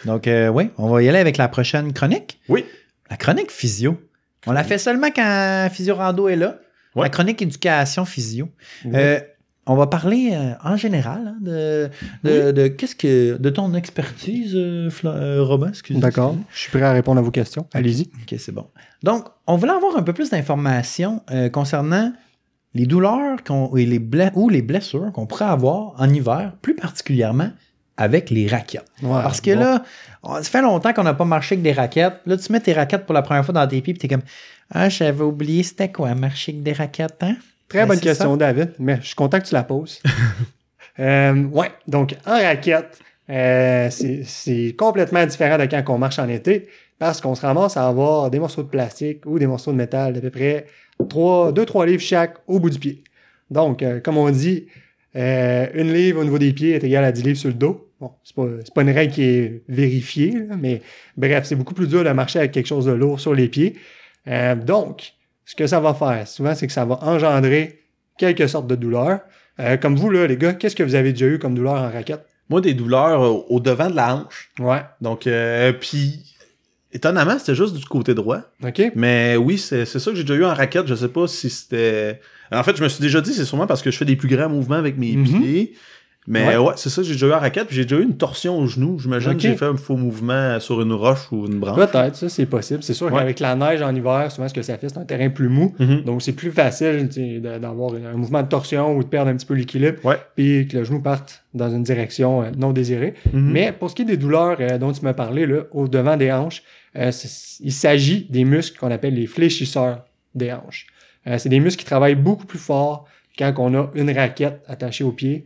Speaker 1: Donc, oui, on va y aller avec la prochaine chronique.
Speaker 2: Oui.
Speaker 1: La chronique physio. On la fait seulement quand Physio Rando est là.
Speaker 2: Ouais.
Speaker 1: La chronique éducation physio. Euh, on va parler euh, en général hein, de, de, de- qu'est-ce que de ton expertise, euh, Fla- euh, Robin. excuse-
Speaker 3: D'accord. Je suis prêt à répondre à vos questions. Allez-y.
Speaker 1: OK, c'est bon. Donc, on voulait avoir un peu plus d'informations euh, concernant les douleurs qu'on- et les ble- ou les blessures qu'on pourrait avoir en hiver, plus particulièrement avec les raquettes. Parce que là, on- ça fait longtemps qu'on n'a pas marché avec des raquettes. Là, tu mets tes raquettes pour la première fois dans tes pieds, puis t'es comme Ah, j'avais oublié c'était quoi, marcher avec des raquettes, hein?
Speaker 3: Très
Speaker 1: Ben,
Speaker 3: bonne
Speaker 1: c'est
Speaker 3: question, David, mais je suis content que tu la poses. euh, ouais, donc en raquette, euh, c'est- c'est complètement différent de quand on marche en été parce qu'on se ramasse à avoir des morceaux de plastique ou des morceaux de métal d'à peu près 2-3 livres chaque au bout du pied. Donc, euh, comme on dit, euh, une livre au niveau des pieds est égale à 10 livres sur le dos. Bon, c'est pas, c'est pas une règle qui est vérifiée, là, mais bref, c'est beaucoup plus dur de marcher avec quelque chose de lourd sur les pieds. Euh, donc, ce que ça va faire, souvent, c'est que ça va engendrer quelque sorte de douleur. Euh, comme vous, là, les gars, qu'est-ce que vous avez déjà eu comme douleur en raquette?
Speaker 2: Moi, des douleurs euh, au, au devant de la hanche.
Speaker 3: Ouais.
Speaker 2: Donc, euh, puis, étonnamment, c'était juste du côté droit.
Speaker 3: OK?
Speaker 2: Mais oui, c'est c'est ça que j'ai déjà eu en raquette. Je sais pas si c'était. En fait, je me suis déjà dit, c'est sûrement parce que je fais des plus grands mouvements avec mes
Speaker 3: Mhm.
Speaker 2: pieds. Mais ouais,
Speaker 3: Ouais.
Speaker 2: c'est ça que j'ai déjà eu en raquette. Puis j'ai déjà eu une torsion au genou. J'imagine
Speaker 3: Ok.
Speaker 2: que j'ai fait un faux mouvement sur une roche ou une branche.
Speaker 3: Peut-être, ça, c'est possible. C'est sûr
Speaker 2: Ouais.
Speaker 3: qu'avec la neige en hiver, souvent, ce que ça fait, c'est un terrain plus mou.
Speaker 2: Mhm.
Speaker 3: Donc, c'est plus facile tu sais, de- d'avoir un mouvement de torsion ou de perdre un petit peu l'équilibre,
Speaker 2: Ouais.
Speaker 3: puis que le genou parte dans une direction euh, non désirée.
Speaker 2: Mhm.
Speaker 3: Mais pour ce qui est des douleurs euh, dont tu m'as parlé, là, au devant des hanches, euh, c'est- il s'agit des muscles qu'on appelle les fléchisseurs des hanches. Euh, c'est des muscles qui travaillent beaucoup plus fort quand on a une raquette attachée au pied,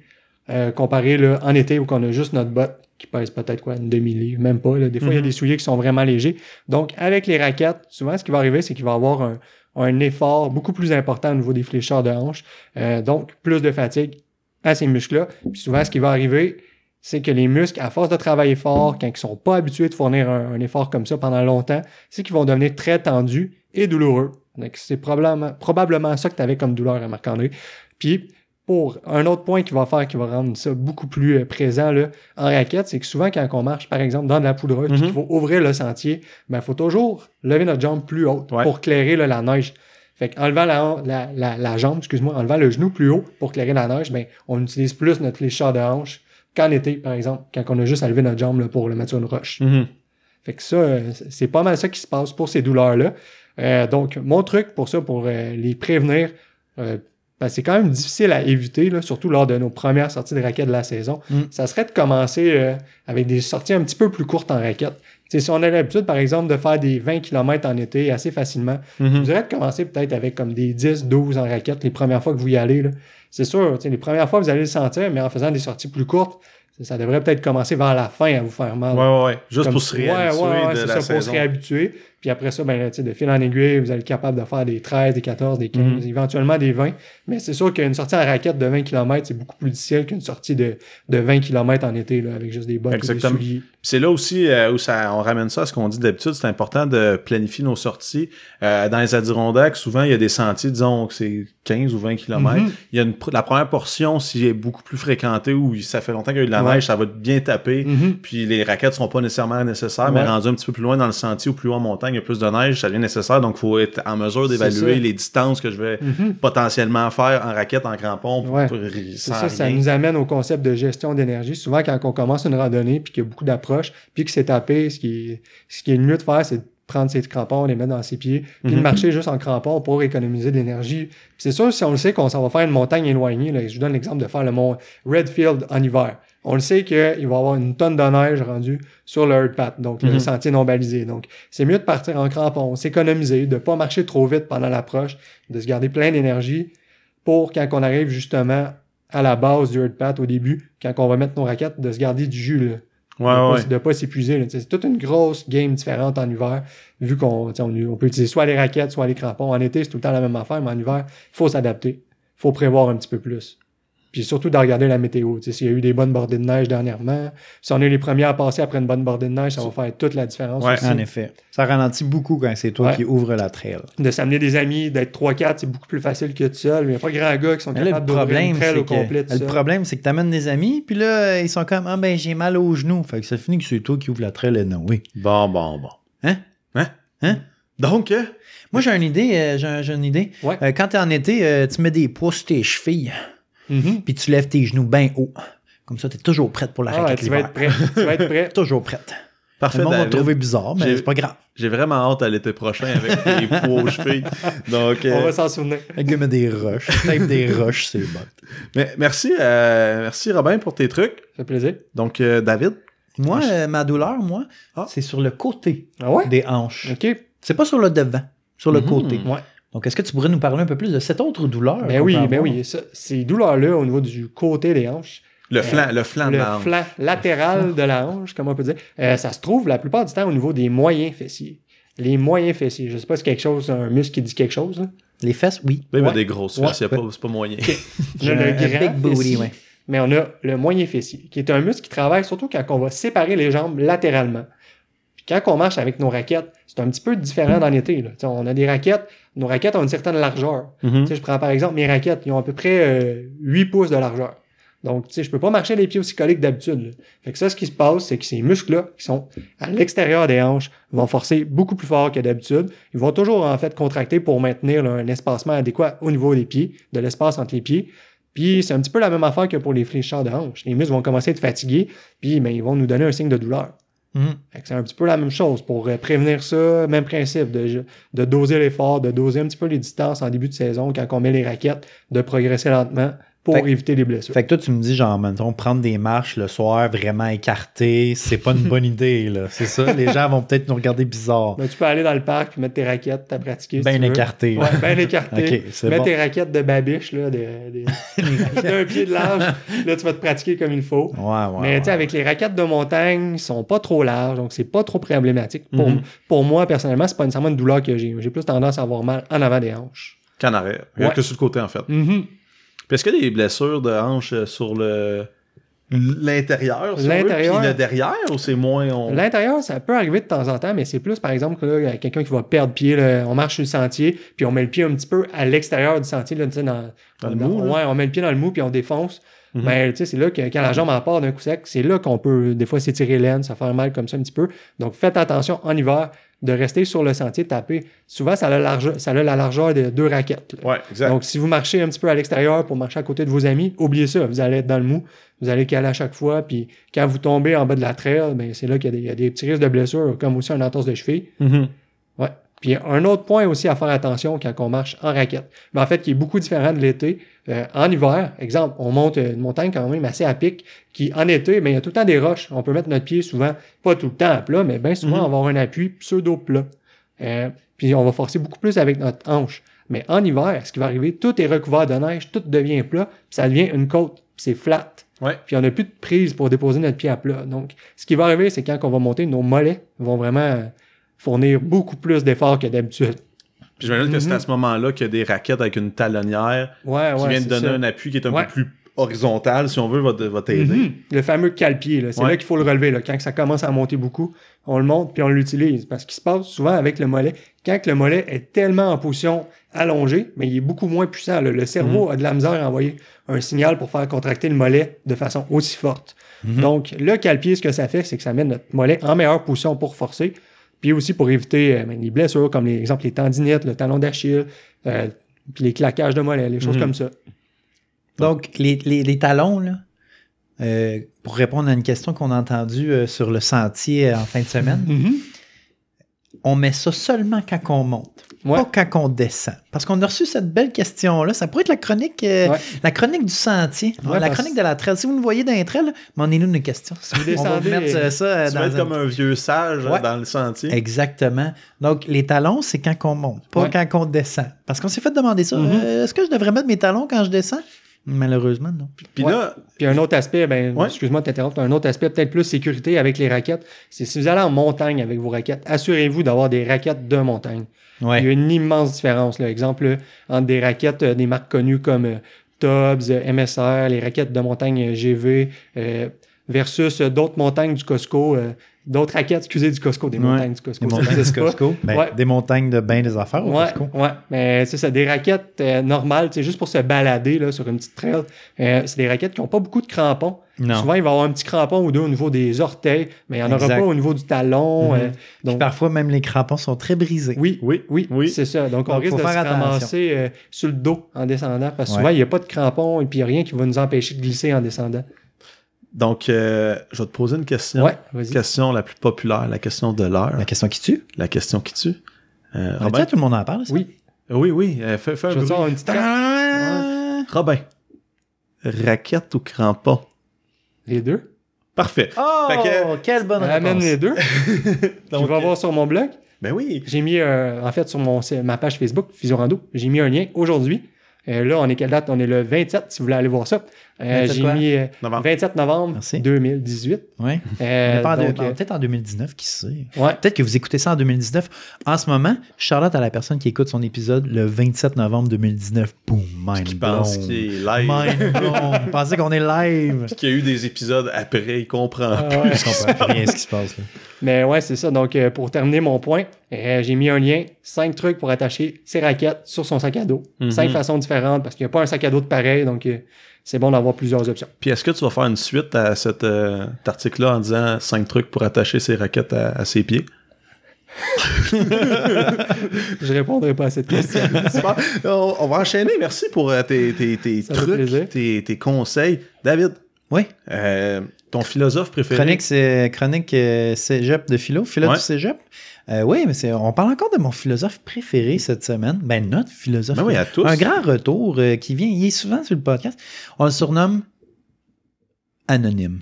Speaker 3: euh, comparé là, en été où on a juste notre botte qui pèse peut-être quoi, une demi-livre, même pas. là. Des fois, il y a
Speaker 2: Mhm.
Speaker 3: des souliers qui sont vraiment légers. Donc, avec les raquettes, souvent, ce qui va arriver, c'est qu'il va y avoir un, un effort beaucoup plus important au niveau des fléchisseurs de hanches. Euh, donc, plus de fatigue à ces muscles-là. Puis souvent, ce qui va arriver, c'est que les muscles, à force de travailler fort, quand ils sont pas habitués de fournir un, un effort comme ça pendant longtemps, c'est qu'ils vont devenir très tendus et douloureux. Donc, c'est probablement, probablement ça que tu avais comme douleur à Marc-André. Puis, pour un autre point qui va faire, qui va rendre ça beaucoup plus euh, présent là, en raquette, c'est que souvent, quand on marche, par exemple, dans de la poudreuse, puis
Speaker 2: Mhm.
Speaker 3: qu'il faut ouvrir le sentier, il faut toujours lever notre jambe plus haute
Speaker 2: Ouais.
Speaker 3: pour éclairer là, la neige. Fait qu'enlevant la, la, la, la jambe, excuse-moi, enlevant le genou plus haut pour éclairer la neige, ben, on utilise plus notre flécheur de hanche qu'en été, par exemple, quand on a juste à lever notre jambe là, pour le mettre sur une roche.
Speaker 2: Mhm.
Speaker 3: Fait que ça, euh, c'est pas mal ça qui se passe pour ces douleurs-là. Euh, donc, mon truc pour ça, pour euh, les prévenir, euh, ben, c'est quand même difficile à éviter, là, surtout lors de nos premières sorties de raquettes de la saison.
Speaker 1: Mm.
Speaker 3: Ça serait de commencer euh, avec des sorties un petit peu plus courtes en raquette. Tu sais, si on a l'habitude, par exemple, de faire des 20 km en été assez facilement,
Speaker 2: Mhm.
Speaker 3: je vous dirais de commencer peut-être avec comme des 10, 12 en raquette les premières fois que vous y allez. là. C'est sûr, tu sais, les premières fois, vous allez le sentir, mais en faisant des sorties plus courtes, ça- ça devrait peut-être commencer vers la fin à vous faire mal.
Speaker 2: Ouais, ouais, ouais. Juste
Speaker 3: Comme-
Speaker 2: pour se réhabituer
Speaker 3: Ouais, ouais, ouais,
Speaker 2: de
Speaker 3: c'est
Speaker 2: la
Speaker 3: ça, pour se
Speaker 2: saison.
Speaker 3: réhabituer. Puis après ça, ben, là, tu sais, de fil en aiguille, vous allez être capable de faire des 13, des 14, des 15,
Speaker 2: Mhm.
Speaker 3: éventuellement des 20. Mais c'est sûr qu'une sortie en raquette de 20 km, c'est beaucoup plus difficile qu'une sortie de, de 20 km en été, là, avec juste des bottes et des
Speaker 2: Exactement.
Speaker 3: souliers.
Speaker 2: Puis C'est là aussi euh, où ça, on ramène ça à ce qu'on dit d'habitude. C'est important de planifier nos sorties. Euh, dans les Adirondacks, souvent, il y a des sentiers, disons que c'est 15 ou 20 km.
Speaker 3: Mhm.
Speaker 2: Il y a une, pr- la première portion, s'il est beaucoup plus fréquenté ou il- ça fait longtemps qu'il y a eu de la
Speaker 3: Ouais.
Speaker 2: neige, ça va bien taper.
Speaker 3: Mhm.
Speaker 2: Puis les raquettes seront pas nécessairement nécessaires, mais
Speaker 3: Ouais.
Speaker 2: rendu un petit peu plus loin dans le sentier ou plus haut en montagne, il y a plus de neige, ça devient nécessaire. Donc, faut être en mesure d'évaluer
Speaker 3: ça.
Speaker 2: les distances que je vais
Speaker 3: Mhm.
Speaker 2: potentiellement faire en raquette, en crampon, pour-
Speaker 3: Ouais.
Speaker 2: pour-
Speaker 3: C'est
Speaker 2: sans
Speaker 3: ça, ça
Speaker 2: rien.
Speaker 3: nous amène au concept de gestion d'énergie. Souvent, quand on commence une randonnée, puis qu'il y a beaucoup d'approches, puis que c'est tapé, ce qui, est- ce qui est le mieux de faire, c'est de prendre ses crampons, les mettre dans ses pieds, puis
Speaker 2: Mhm.
Speaker 3: de marcher juste en crampons pour économiser de l'énergie. Puis C'est sûr, si on le sait qu'on s'en va faire une montagne éloignée, là, je vous donne l'exemple de faire le mont Redfield en hiver. On le sait qu'il va y avoir une tonne de neige rendue sur le hard path, donc
Speaker 2: Mhm.
Speaker 3: le sentier non balisé. Donc, c'est mieux de partir en crampons, s'économiser, de pas marcher trop vite pendant l'approche, de se garder plein d'énergie pour quand on arrive justement à la base du hard path au début, quand on va mettre nos raquettes, de se garder du jus, là,
Speaker 2: Ouais,
Speaker 3: de
Speaker 2: ouais.
Speaker 3: ne pas s'épuiser. là. Tu sais, C'est toute une grosse game différente en hiver, vu qu'on tu sais, on, on peut utiliser soit les raquettes, soit les crampons. En été, c'est tout le temps la même affaire, mais en hiver, il faut s'adapter. Il faut prévoir un petit peu plus. Puis surtout de regarder la météo. Tu sais, S'il y a eu des bonnes bordées de neige dernièrement, si on est les premiers à passer après une bonne bordée de neige, ça va faire toute la différence.
Speaker 2: Ouais,
Speaker 3: aussi.
Speaker 1: En effet. Ça ralentit beaucoup quand c'est toi
Speaker 3: Ouais.
Speaker 1: qui ouvre la trail.
Speaker 3: De s'amener des amis, d'être 3-4, c'est beaucoup plus facile que tout seul. Il n'y a pas grand gars qui sont
Speaker 1: Mais là, le
Speaker 3: capables d'ouvrir
Speaker 1: problème,
Speaker 3: une trail
Speaker 1: c'est
Speaker 3: au complet tout
Speaker 1: que, le
Speaker 3: seul.
Speaker 1: problème, c'est que t'amènes des amis, puis là, ils sont comme, ah ben, j'ai mal aux genoux. Fait que ça finit que c'est toi qui ouvre la trail, et non, oui.
Speaker 2: Bon, bon, bon.
Speaker 1: Hein?
Speaker 2: Hein?
Speaker 1: Hein?
Speaker 2: Donc, euh,
Speaker 1: Moi, j'ai une idée, euh, j'ai un- j'ai une idée.
Speaker 3: Ouais.
Speaker 1: Euh, quand t'es en été, euh, tu mets des poids sur tes chevilles,
Speaker 3: Mhm.
Speaker 1: puis tu lèves tes genoux bien haut. Comme ça, t'es toujours prête pour la
Speaker 3: Ah,
Speaker 1: raquette
Speaker 3: tu vas
Speaker 1: l'hiver.
Speaker 3: être prêt. tu vas être prêt.
Speaker 1: Toujours prête.
Speaker 2: parfait.
Speaker 1: Le monde va
Speaker 2: David.
Speaker 1: te trouver bizarre, mais
Speaker 2: J'ai-
Speaker 1: c'est pas grave.
Speaker 2: J'ai vraiment hâte à l'été prochain avec les poids aux chevilles. Donc, euh,
Speaker 3: On va s'en souvenir.
Speaker 1: Le gars met des rushs. Tape des rushs, c'est bon.
Speaker 2: mais merci, euh, merci Robin pour tes trucs.
Speaker 3: Ça fait plaisir.
Speaker 2: Donc, euh, David,
Speaker 1: Moi,
Speaker 2: Ah, je-
Speaker 1: euh, ma douleur, moi,
Speaker 2: Ah.
Speaker 1: c'est sur le côté
Speaker 3: Ah ouais?
Speaker 1: des hanches.
Speaker 3: OK.
Speaker 1: C'est pas sur le devant, sur le
Speaker 2: Mhm.
Speaker 1: côté.
Speaker 3: Ouais.
Speaker 1: Donc, est-ce que tu pourrais nous parler un peu plus de cette autre douleur?
Speaker 3: Ben
Speaker 1: qu'on
Speaker 3: oui,
Speaker 1: peut
Speaker 3: ben
Speaker 1: avoir?
Speaker 3: oui. Ça, ces douleurs-là au niveau du côté des hanches,
Speaker 2: le
Speaker 3: Euh,
Speaker 2: flanc, le
Speaker 1: Ah,
Speaker 2: flanc de
Speaker 3: le
Speaker 2: la hanche.
Speaker 3: flanc latéral de la hanche, comme on peut dire, euh, ça se trouve la plupart du temps au niveau des moyens fessiers. Les moyens fessiers. Je sais pas si quelque chose, un muscle qui dit quelque chose. là.
Speaker 1: Les fesses, oui.
Speaker 2: Là, il y a
Speaker 3: Ouais.
Speaker 2: des grosses
Speaker 3: Ouais.
Speaker 2: fesses, il y a pas- c'est pas moyen.
Speaker 3: On a le
Speaker 1: un
Speaker 3: grand
Speaker 1: big booty,
Speaker 3: fessier,
Speaker 1: ouais.
Speaker 3: mais on a le moyen fessier, qui est un muscle qui travaille surtout quand on va séparer les jambes latéralement. Puis quand on marche avec nos raquettes, c'est un petit peu différent dans l'été. là. Tu sais, On a des raquettes, nos raquettes ont une certaine largeur.
Speaker 2: Mhm.
Speaker 3: Tu sais, je prends par exemple mes raquettes, ils ont à peu près euh, 8 pouces de largeur. Donc, tu sais, je peux pas marcher les pieds aussi collés que d'habitude. là. Fait que ça, ce qui se passe, c'est que ces muscles-là, qui sont à l'extérieur des hanches, vont forcer beaucoup plus fort que d'habitude. Ils vont toujours, en fait, contracter pour maintenir là, un espacement adéquat au niveau des pieds, de l'espace entre les pieds. Puis, c'est un petit peu la même affaire que pour les flécheurs de hanches. Les muscles vont commencer à être fatigués, puis ben, ils vont nous donner un signe de douleur.
Speaker 1: Mhm.
Speaker 3: Fait que C'est un petit peu la même chose pour euh, prévenir ça, même principe de, de doser l'effort, de doser un petit peu les distances en début de saison quand on met les raquettes, de progresser lentement pour
Speaker 1: Fait que-
Speaker 3: éviter les blessures.
Speaker 1: Fait que toi, tu me dis, genre, mettons, prendre des marches le soir vraiment écartées, c'est pas une bonne idée, là. C'est ça? Les gens vont peut-être nous regarder bizarre.
Speaker 3: Ben, tu peux aller dans le parc puis mettre tes raquettes, t'as pratiqué.
Speaker 1: Bien Ben écarté. là.
Speaker 3: Ouais, bien écarté.
Speaker 1: Ok, c'est
Speaker 3: Mets
Speaker 1: bon.
Speaker 3: tes raquettes de babiche, là, de- de- d'un pied de large. Là, tu vas te pratiquer comme il faut.
Speaker 1: Ouais, ouais.
Speaker 3: Mais
Speaker 1: ouais.
Speaker 3: tu sais, avec les raquettes de montagne, ils sont pas trop larges, donc c'est pas trop problématique. Pour,
Speaker 2: Mhm.
Speaker 3: pour moi, personnellement, c'est pas nécessairement une douleur que j'ai. J'ai plus tendance à avoir mal en avant des hanches.
Speaker 2: Qu'en arrière. Il y a
Speaker 3: Ouais.
Speaker 2: que sur le côté, en fait.
Speaker 3: Mhm.
Speaker 2: Puis Est-ce qu'il y a des blessures de hanche euh, sur le l'intérieur, sur eux,
Speaker 3: L'intérieur.
Speaker 2: puis le derrière, ou c'est moins... On...
Speaker 3: L'intérieur, ça peut arriver de temps en temps, mais c'est plus, par exemple, que là, il y a quelqu'un qui va perdre pied, là, on marche sur le sentier, puis on met le pied un petit peu à l'extérieur du sentier, là, tu sais, dans,
Speaker 2: Dans le mou, là.
Speaker 3: Ouais, on met le pied dans le mou, puis on défonce.
Speaker 2: Mhm. Ah.
Speaker 3: Ben, tu sais, c'est là que quand la jambe en part d'un coup sec, c'est là qu'on peut, des fois, s'étirer l'aine, se faire mal comme ça un petit peu. Donc, faites attention en hiver de rester sur le sentier, taper. Souvent, ça a la largeur, ça a la largeur de deux raquettes. là.
Speaker 2: Ouais, exact.
Speaker 3: Donc, si vous marchez un petit peu à l'extérieur pour marcher à côté de vos amis, oubliez ça. Vous allez être dans le mou. Vous allez caler à chaque fois. Puis, quand vous tombez en bas de la trail, ben, c'est là qu'il y, a des- il y a des petits risques de blessures, comme aussi un entorse de cheville.
Speaker 2: Mhm.
Speaker 3: Ouais. Puis un autre point aussi à faire attention quand on marche en raquette, mais en fait qui est beaucoup différent de l'été. Euh, en hiver, exemple, on monte une montagne quand même assez à pic, qui en été, mais il y a tout le temps des roches. On peut mettre notre pied souvent, pas tout le temps à plat, mais bien souvent
Speaker 2: Mhm.
Speaker 3: on va avoir un appui pseudo-plat. Euh, puis on va forcer beaucoup plus avec notre hanche. Mais en hiver, ce qui va arriver, tout est recouvert de neige, tout devient plat, puis ça devient une côte, puis c'est flat.
Speaker 2: Ouais.
Speaker 3: Puis on n'a plus de prise pour déposer notre pied à plat. Donc, ce qui va arriver, c'est quand on va monter, nos mollets vont vraiment euh, fournir beaucoup plus d'efforts que d'habitude.
Speaker 2: Puis j'imagine que c'est
Speaker 3: Mhm.
Speaker 2: à ce moment-là qu'il y a des raquettes avec une talonnière
Speaker 3: Ouais,
Speaker 2: qui
Speaker 3: ouais.
Speaker 2: vient de
Speaker 3: c'est
Speaker 2: donner
Speaker 3: ça.
Speaker 2: un appui qui est un
Speaker 3: Ouais.
Speaker 2: peu plus horizontal, si on veut, va, te- va t'aider.
Speaker 3: Mhm. Le fameux calpier, là, c'est
Speaker 2: Ouais.
Speaker 3: là qu'il faut le relever. Là. Quand ça commence à monter beaucoup, on le monte puis on l'utilise. Parce qu'il se passe souvent avec le mollet, quand que le mollet est tellement en position allongée, mais il est beaucoup moins puissant. là, Le cerveau a de la misère à envoyer un signal pour faire contracter le mollet de façon aussi forte.
Speaker 1: Mhm.
Speaker 3: Donc, le calpier, ce que ça fait, c'est que ça met notre mollet en meilleure position pour forcer, puis aussi pour éviter euh, ben, les blessures, comme les, exemple les tendinites, le talon d'Achille, euh, puis les claquages de mollet, les choses
Speaker 2: Mhm.
Speaker 3: comme ça.
Speaker 1: Donc, les, les- les talons, là, euh, pour répondre à une question qu'on a entendue euh, sur le sentier euh, en fin de semaine, on met ça seulement quand on monte,
Speaker 3: Ouais.
Speaker 1: pas quand on descend. Parce qu'on a reçu cette belle question-là. Ça pourrait être la chronique, euh,
Speaker 3: Ouais.
Speaker 1: la chronique du sentier, hein,
Speaker 3: Ouais,
Speaker 1: la
Speaker 3: parce-
Speaker 1: chronique de la trail. Si vous nous voyez dans les trails, mandez-nous une question. on va vous
Speaker 3: descendez-
Speaker 1: mettre euh, ça euh,
Speaker 2: Tu vas
Speaker 1: dans
Speaker 2: être
Speaker 1: un-
Speaker 2: comme un vieux sage
Speaker 1: Ouais.
Speaker 2: dans le sentier.
Speaker 1: Exactement. Donc, les talons, c'est quand on monte, pas
Speaker 3: Ouais.
Speaker 1: quand on descend. Parce qu'on s'est fait demander ça.
Speaker 3: Mhm.
Speaker 1: Euh, Est-ce que je devrais mettre mes talons quand je descends? Malheureusement, non.
Speaker 2: Puis
Speaker 3: Ouais.
Speaker 2: là,
Speaker 3: Puis un autre aspect, ben,
Speaker 2: Ouais.
Speaker 3: excuse-moi de t'interrompre, un autre aspect peut-être plus sécurité avec les raquettes, c'est si vous allez en montagne avec vos raquettes, assurez-vous d'avoir des raquettes de montagne. Il y a une immense différence, là. Exemple, là, entre des raquettes euh, des marques connues comme euh, Tubbs, euh, MSR, les raquettes de montagne euh, GV, euh, versus euh, d'autres montagnes du Costco, euh, d'autres raquettes, excusez, du Costco, des
Speaker 1: Ouais.
Speaker 3: montagnes du Costco.
Speaker 1: Des
Speaker 3: ça
Speaker 1: montagnes
Speaker 3: existe
Speaker 1: de
Speaker 3: pas.
Speaker 1: Costco. Ben,
Speaker 3: Ouais.
Speaker 1: Des montagnes de bain des affaires au
Speaker 3: Ouais,
Speaker 1: Costco.
Speaker 3: ouais, mais c'est ça, des raquettes euh, normales, c'est juste pour se balader là, sur une petite trail. euh, c'est des raquettes qui n'ont pas beaucoup de crampons.
Speaker 1: Non.
Speaker 3: Souvent, il va y avoir un petit crampon ou deux au niveau des orteils, mais il n'y en aura
Speaker 1: Exact.
Speaker 3: pas au niveau du talon.
Speaker 1: Mhm.
Speaker 3: euh,
Speaker 1: Puis
Speaker 3: donc,
Speaker 1: parfois, même les crampons sont très brisés.
Speaker 3: oui,
Speaker 2: oui,
Speaker 3: oui,
Speaker 2: Oui.
Speaker 3: c'est ça. Donc, on
Speaker 1: Donc,
Speaker 3: risque
Speaker 1: faut
Speaker 3: de se
Speaker 1: faire attention.
Speaker 3: ramasser euh, sur le dos en descendant parce que
Speaker 1: Ouais.
Speaker 3: souvent, il n'y a pas de crampon et puis il y a rien qui va nous empêcher de glisser en descendant.
Speaker 2: donc euh, je vais te poser une question.
Speaker 3: Ouais, vas-y.
Speaker 2: question la plus populaire, la question de l'heure,
Speaker 1: La question qui tue.
Speaker 2: la question qui tue. Euh,
Speaker 1: Ah, tu sais,
Speaker 2: Robin?
Speaker 1: tout le monde en parle. ça.
Speaker 3: Oui,
Speaker 2: Oui, oui, euh, fais, fais un
Speaker 3: je vais
Speaker 2: bruit.
Speaker 3: te faire une petite crampe.
Speaker 1: Ah.
Speaker 2: Robin, raquette ou crampon?
Speaker 3: Les deux.
Speaker 2: Parfait.
Speaker 1: Oh,
Speaker 2: Fait
Speaker 1: quelle bonne
Speaker 3: Amène
Speaker 1: réponse.
Speaker 3: les deux. Tu
Speaker 2: Donc,
Speaker 3: vas
Speaker 1: euh,
Speaker 3: voir sur mon blog.
Speaker 2: Ben oui.
Speaker 3: J'ai mis, euh, en fait, sur mon, c'est ma page Facebook, Physiorando, j'ai mis un lien aujourd'hui. Euh, là, on est quelle date? On est le 27, si vous voulez aller voir ça. Euh,
Speaker 1: 27
Speaker 3: j'ai
Speaker 1: quoi?
Speaker 3: mis euh,
Speaker 2: Novembre.
Speaker 3: 27 novembre
Speaker 1: Merci.
Speaker 3: 2018.
Speaker 1: Ouais. On
Speaker 3: Euh,
Speaker 1: est pas en deux-
Speaker 3: donc, euh,
Speaker 1: Peut-être en 2019, qui sait.
Speaker 3: ouais,
Speaker 1: Peut-être que vous écoutez ça en 2019. En ce moment, Charlotte à la personne qui écoute son épisode le 27 novembre 2019. Boum, mind
Speaker 2: Qui pense
Speaker 1: blown.
Speaker 2: qu'il est live.
Speaker 1: Mind blown. Vous pensez qu'on est live.
Speaker 2: Puis qu'il y a eu des épisodes après, il comprend.
Speaker 3: Ah ouais.
Speaker 1: Je comprends plus rien à ce qui se passe. là.
Speaker 3: Mais ouais, c'est ça. Donc, euh, pour terminer mon point, euh, j'ai mis un lien, cinq trucs pour attacher ses raquettes sur son sac à dos.
Speaker 2: Mhm.
Speaker 3: Cinq façons différentes parce qu'il n'y a pas un sac à dos de pareil. Donc, euh, c'est bon d'avoir plusieurs options.
Speaker 2: Puis est-ce que tu vas faire une suite à cet euh, cet article-là en disant 5 trucs pour attacher ses raquettes à, à ses pieds?
Speaker 3: Je répondrai pas à cette question.
Speaker 2: Super. on, on va enchaîner. Merci pour euh, tes, tes- tes
Speaker 3: Ça fait
Speaker 2: trucs,
Speaker 3: plaisir.
Speaker 2: tes, tes conseils. David,
Speaker 1: Oui.
Speaker 2: euh, ton philosophe préféré?
Speaker 1: Chronique, c'est chronique euh, cégep de philo, philo
Speaker 2: Ouais.
Speaker 1: du cégep. Euh, oui, mais c'est, on parle encore de mon philosophe préféré cette semaine. Ben, notre philosophe.
Speaker 2: Ben oui, à tous.
Speaker 1: Un grand retour euh, qui vient, il est souvent sur le podcast. On le surnomme Anonyme.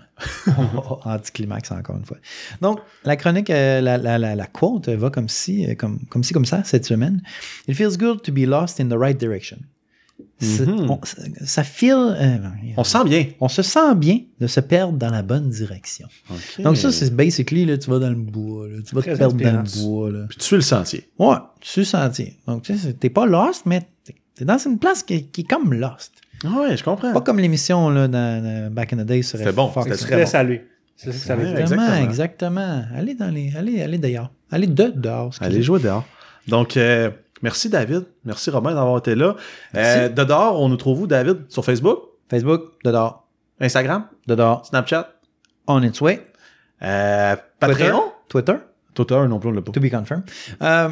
Speaker 1: Anticlimax, encore une fois. Donc, la chronique, euh, la, la, la, la quote euh, va comme si, euh, comme, comme si, comme ça, cette semaine. It feels good to be lost in the right direction. C'est-
Speaker 2: Mhm.
Speaker 1: on- ça- ça feel. euh,
Speaker 2: On sent bien.
Speaker 1: on se sent bien de se perdre dans la bonne direction. Donc
Speaker 2: Hmm.
Speaker 1: ça, c'est basically, là, tu vas dans le bois, là, tu vas te
Speaker 3: Très
Speaker 1: perdre dans le
Speaker 3: inspirant.
Speaker 1: bois. Là.
Speaker 2: Puis tu es le sentier.
Speaker 1: Ouais, tu sentis. Donc tu sais, c'est- t'es pas lost, mais t'es t'es dans une place qui, qui est comme lost.
Speaker 2: Ah Ouais, je comprends.
Speaker 1: Pas comme l'émission là, dans, dans Back in the Day sur
Speaker 2: C'était bon,
Speaker 1: Fox.
Speaker 2: c'était
Speaker 3: Je
Speaker 2: très
Speaker 3: te laisse aller. C'est ça que ça veut dire.
Speaker 1: Exactement, exactement.
Speaker 2: Exactement.
Speaker 1: Allez dans les. Allez, allez d'ailleurs. Allez de dehors. excusez.
Speaker 2: Allez jouer dehors. Donc, euh, merci David. Merci Robin d'avoir été là. Euh,
Speaker 1: Merci.
Speaker 2: de dehors, on nous trouve où, David? Sur Facebook,
Speaker 1: Facebook, de dehors.
Speaker 2: Instagram,
Speaker 1: De dehors.
Speaker 2: Snapchat,
Speaker 1: On its way.
Speaker 2: euh, Patreon?
Speaker 1: Twitter.
Speaker 2: Twitter, non plus, on l'a pas.
Speaker 1: To be confirmed. Euh,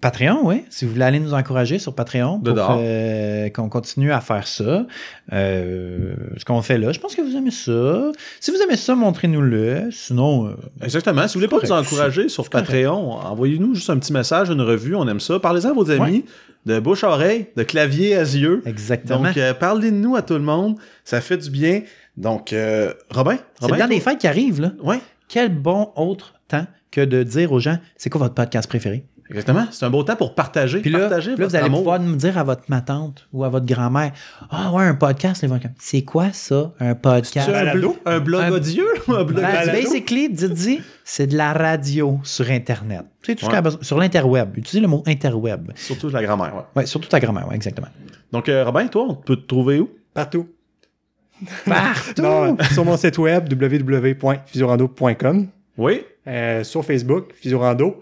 Speaker 1: Patreon, oui. Si vous voulez aller nous encourager sur Patreon
Speaker 2: De
Speaker 1: pour
Speaker 2: dehors.
Speaker 1: euh, qu'on continue à faire ça, euh, ce qu'on fait là, je pense que vous aimez ça. Si vous aimez ça, montrez-nous-le. Sinon, euh,
Speaker 2: Exactement. Si vous voulez pas
Speaker 1: C'est
Speaker 2: nous
Speaker 1: correct.
Speaker 2: encourager sur Patreon, envoyez-nous juste un petit message, une revue, on aime ça. Parlez-en à vos amis, de bouche à oreille, de clavier à yeux.
Speaker 1: exactement.
Speaker 2: Donc, euh, parlez-nous à tout le monde. Ça fait du bien. Donc, euh, Robin,
Speaker 1: c'est
Speaker 2: Robin.
Speaker 1: dans les fêtes qui arrivent, là.
Speaker 2: Oui,
Speaker 1: Quel bon autre temps que de dire aux gens, c'est quoi votre podcast préféré?
Speaker 2: exactement. C'est un beau temps pour partager.
Speaker 1: Puis là,
Speaker 2: partager
Speaker 1: là, vous
Speaker 2: votre
Speaker 1: allez
Speaker 2: amour.
Speaker 1: pouvoir me dire à votre ma tante ou à votre grand-mère, ah ouais, un podcast, les gens comme, c'est quoi ça, un podcast?
Speaker 2: Tu as un,
Speaker 4: Balado.
Speaker 2: blo- un blog
Speaker 1: Un-
Speaker 2: odieux ou un blog
Speaker 1: Ben,
Speaker 4: balado.
Speaker 1: basically, Didi, c'est de la radio sur Internet. Tu sais, tout ce
Speaker 2: Ouais.
Speaker 1: qu'on a besoin. Sur l'interweb. Utilisez le mot interweb.
Speaker 2: Surtout la grand-mère, ouais.
Speaker 1: Ouais, surtout ta grand-mère, ouais, exactement.
Speaker 2: Donc, euh, Robin, toi, on peut te trouver où?
Speaker 3: Partout.
Speaker 1: Partout!
Speaker 3: Non, sur mon site web, www.physiorando.com.
Speaker 2: Oui.
Speaker 3: Euh, sur Facebook, Physiorando.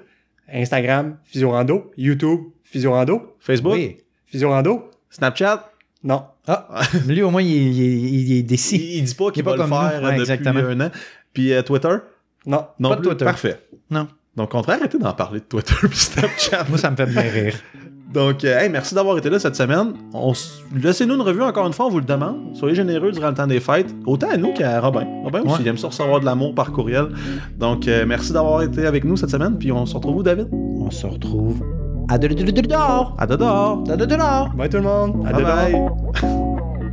Speaker 3: Instagram, Physiorando. YouTube, Physiorando.
Speaker 2: Facebook?
Speaker 1: Oui.
Speaker 3: Physiorando?
Speaker 2: Snapchat?
Speaker 3: Non.
Speaker 1: Ah, lui, au moins, il, il- il- il est
Speaker 2: Il,
Speaker 1: décis.
Speaker 2: il dit pas qu'il
Speaker 1: pas
Speaker 2: va le
Speaker 1: comme nous.
Speaker 2: faire euh,
Speaker 1: Ouais,
Speaker 2: depuis
Speaker 1: exactement.
Speaker 2: un an. Puis euh, Twitter?
Speaker 3: Non.
Speaker 2: Non
Speaker 1: Pas de
Speaker 2: plus.
Speaker 1: Twitter.
Speaker 2: Parfait.
Speaker 1: Non.
Speaker 2: Donc, on devrait arrêter d'en parler de Twitter puis Snapchat.
Speaker 1: Moi, ça me fait bien rire.
Speaker 2: Donc, euh, hey, merci d'avoir été là cette semaine. On s- Laissez-nous une revue encore une fois, on vous le demande. Soyez généreux durant le temps des fêtes, autant à nous qu'à Robin. Robin aussi,
Speaker 1: Ouais.
Speaker 2: il aime ça recevoir de l'amour par courriel. Donc, euh, merci d'avoir été avec nous cette semaine, puis on se retrouve où, David?
Speaker 1: On se retrouve à de de- de- de- dehors!
Speaker 2: À dehors!
Speaker 1: De- de- de- dehors!
Speaker 3: Bye tout le monde. À
Speaker 2: Bye
Speaker 3: demain.
Speaker 2: bye!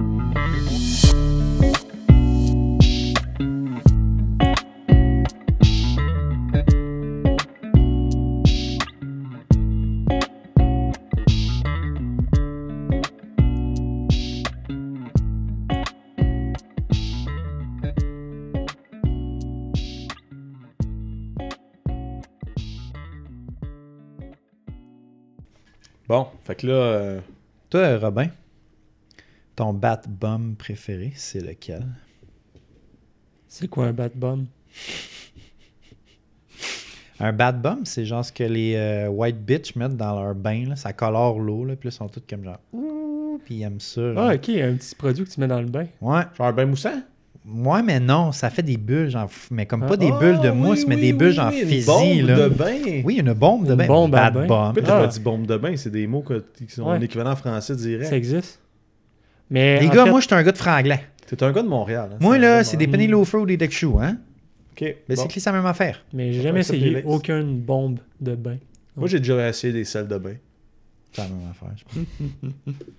Speaker 2: Bon, fait que là, euh,
Speaker 1: Toi, Robin, ton bat-bomb préféré, c'est lequel?
Speaker 3: C'est quoi un bad bomb?
Speaker 1: Un bat-bomb, c'est genre ce que les euh, white bitches mettent dans leur bain. là. Ça colore l'eau, là, puis là, ils sont toutes comme genre « Ouh! » Puis ils aiment ça. genre.
Speaker 3: Ah, ok, un petit produit que tu mets dans le bain.
Speaker 1: Ouais.
Speaker 2: genre un bain moussant?
Speaker 1: Moi, mais non, ça fait des bulles, genre, f- mais comme
Speaker 3: Ah.
Speaker 1: pas des
Speaker 2: Ah,
Speaker 1: bulles de
Speaker 2: oui,
Speaker 1: mousse, mais
Speaker 2: oui,
Speaker 1: des bulles
Speaker 2: oui,
Speaker 1: genre
Speaker 2: oui, une
Speaker 1: fizzy.
Speaker 2: bombe
Speaker 1: Là.
Speaker 2: de bain.
Speaker 1: Oui, une bombe de
Speaker 3: Une
Speaker 1: bain.
Speaker 3: bombe à
Speaker 1: bad
Speaker 3: bain.
Speaker 1: bomb.
Speaker 2: Pourquoi t'as
Speaker 3: Ah.
Speaker 2: pas dit bombe de bain? C'est des mots que- qui sont
Speaker 3: Ouais.
Speaker 2: l'équivalent français direct.
Speaker 3: Ça existe. Mais.
Speaker 1: Les
Speaker 3: en
Speaker 1: gars,
Speaker 3: fait-
Speaker 1: moi, je suis un gars de franglais.
Speaker 2: T'es un gars de Montréal. hein,
Speaker 1: Moi,
Speaker 2: un
Speaker 1: là,
Speaker 2: gars de
Speaker 1: c'est des
Speaker 2: Montréal.
Speaker 1: penny loafer ou des deck shoes, hein?
Speaker 2: Ok,
Speaker 1: Mais
Speaker 2: bon.
Speaker 1: c'est que c'est la même affaire.
Speaker 3: Mais j'ai jamais
Speaker 2: Ça, c'est
Speaker 3: essayé
Speaker 2: Kleenex.
Speaker 3: aucune bombe de bain.
Speaker 2: Moi, j'ai déjà essayé des salles de bain.
Speaker 1: C'est la même affaire, je pense.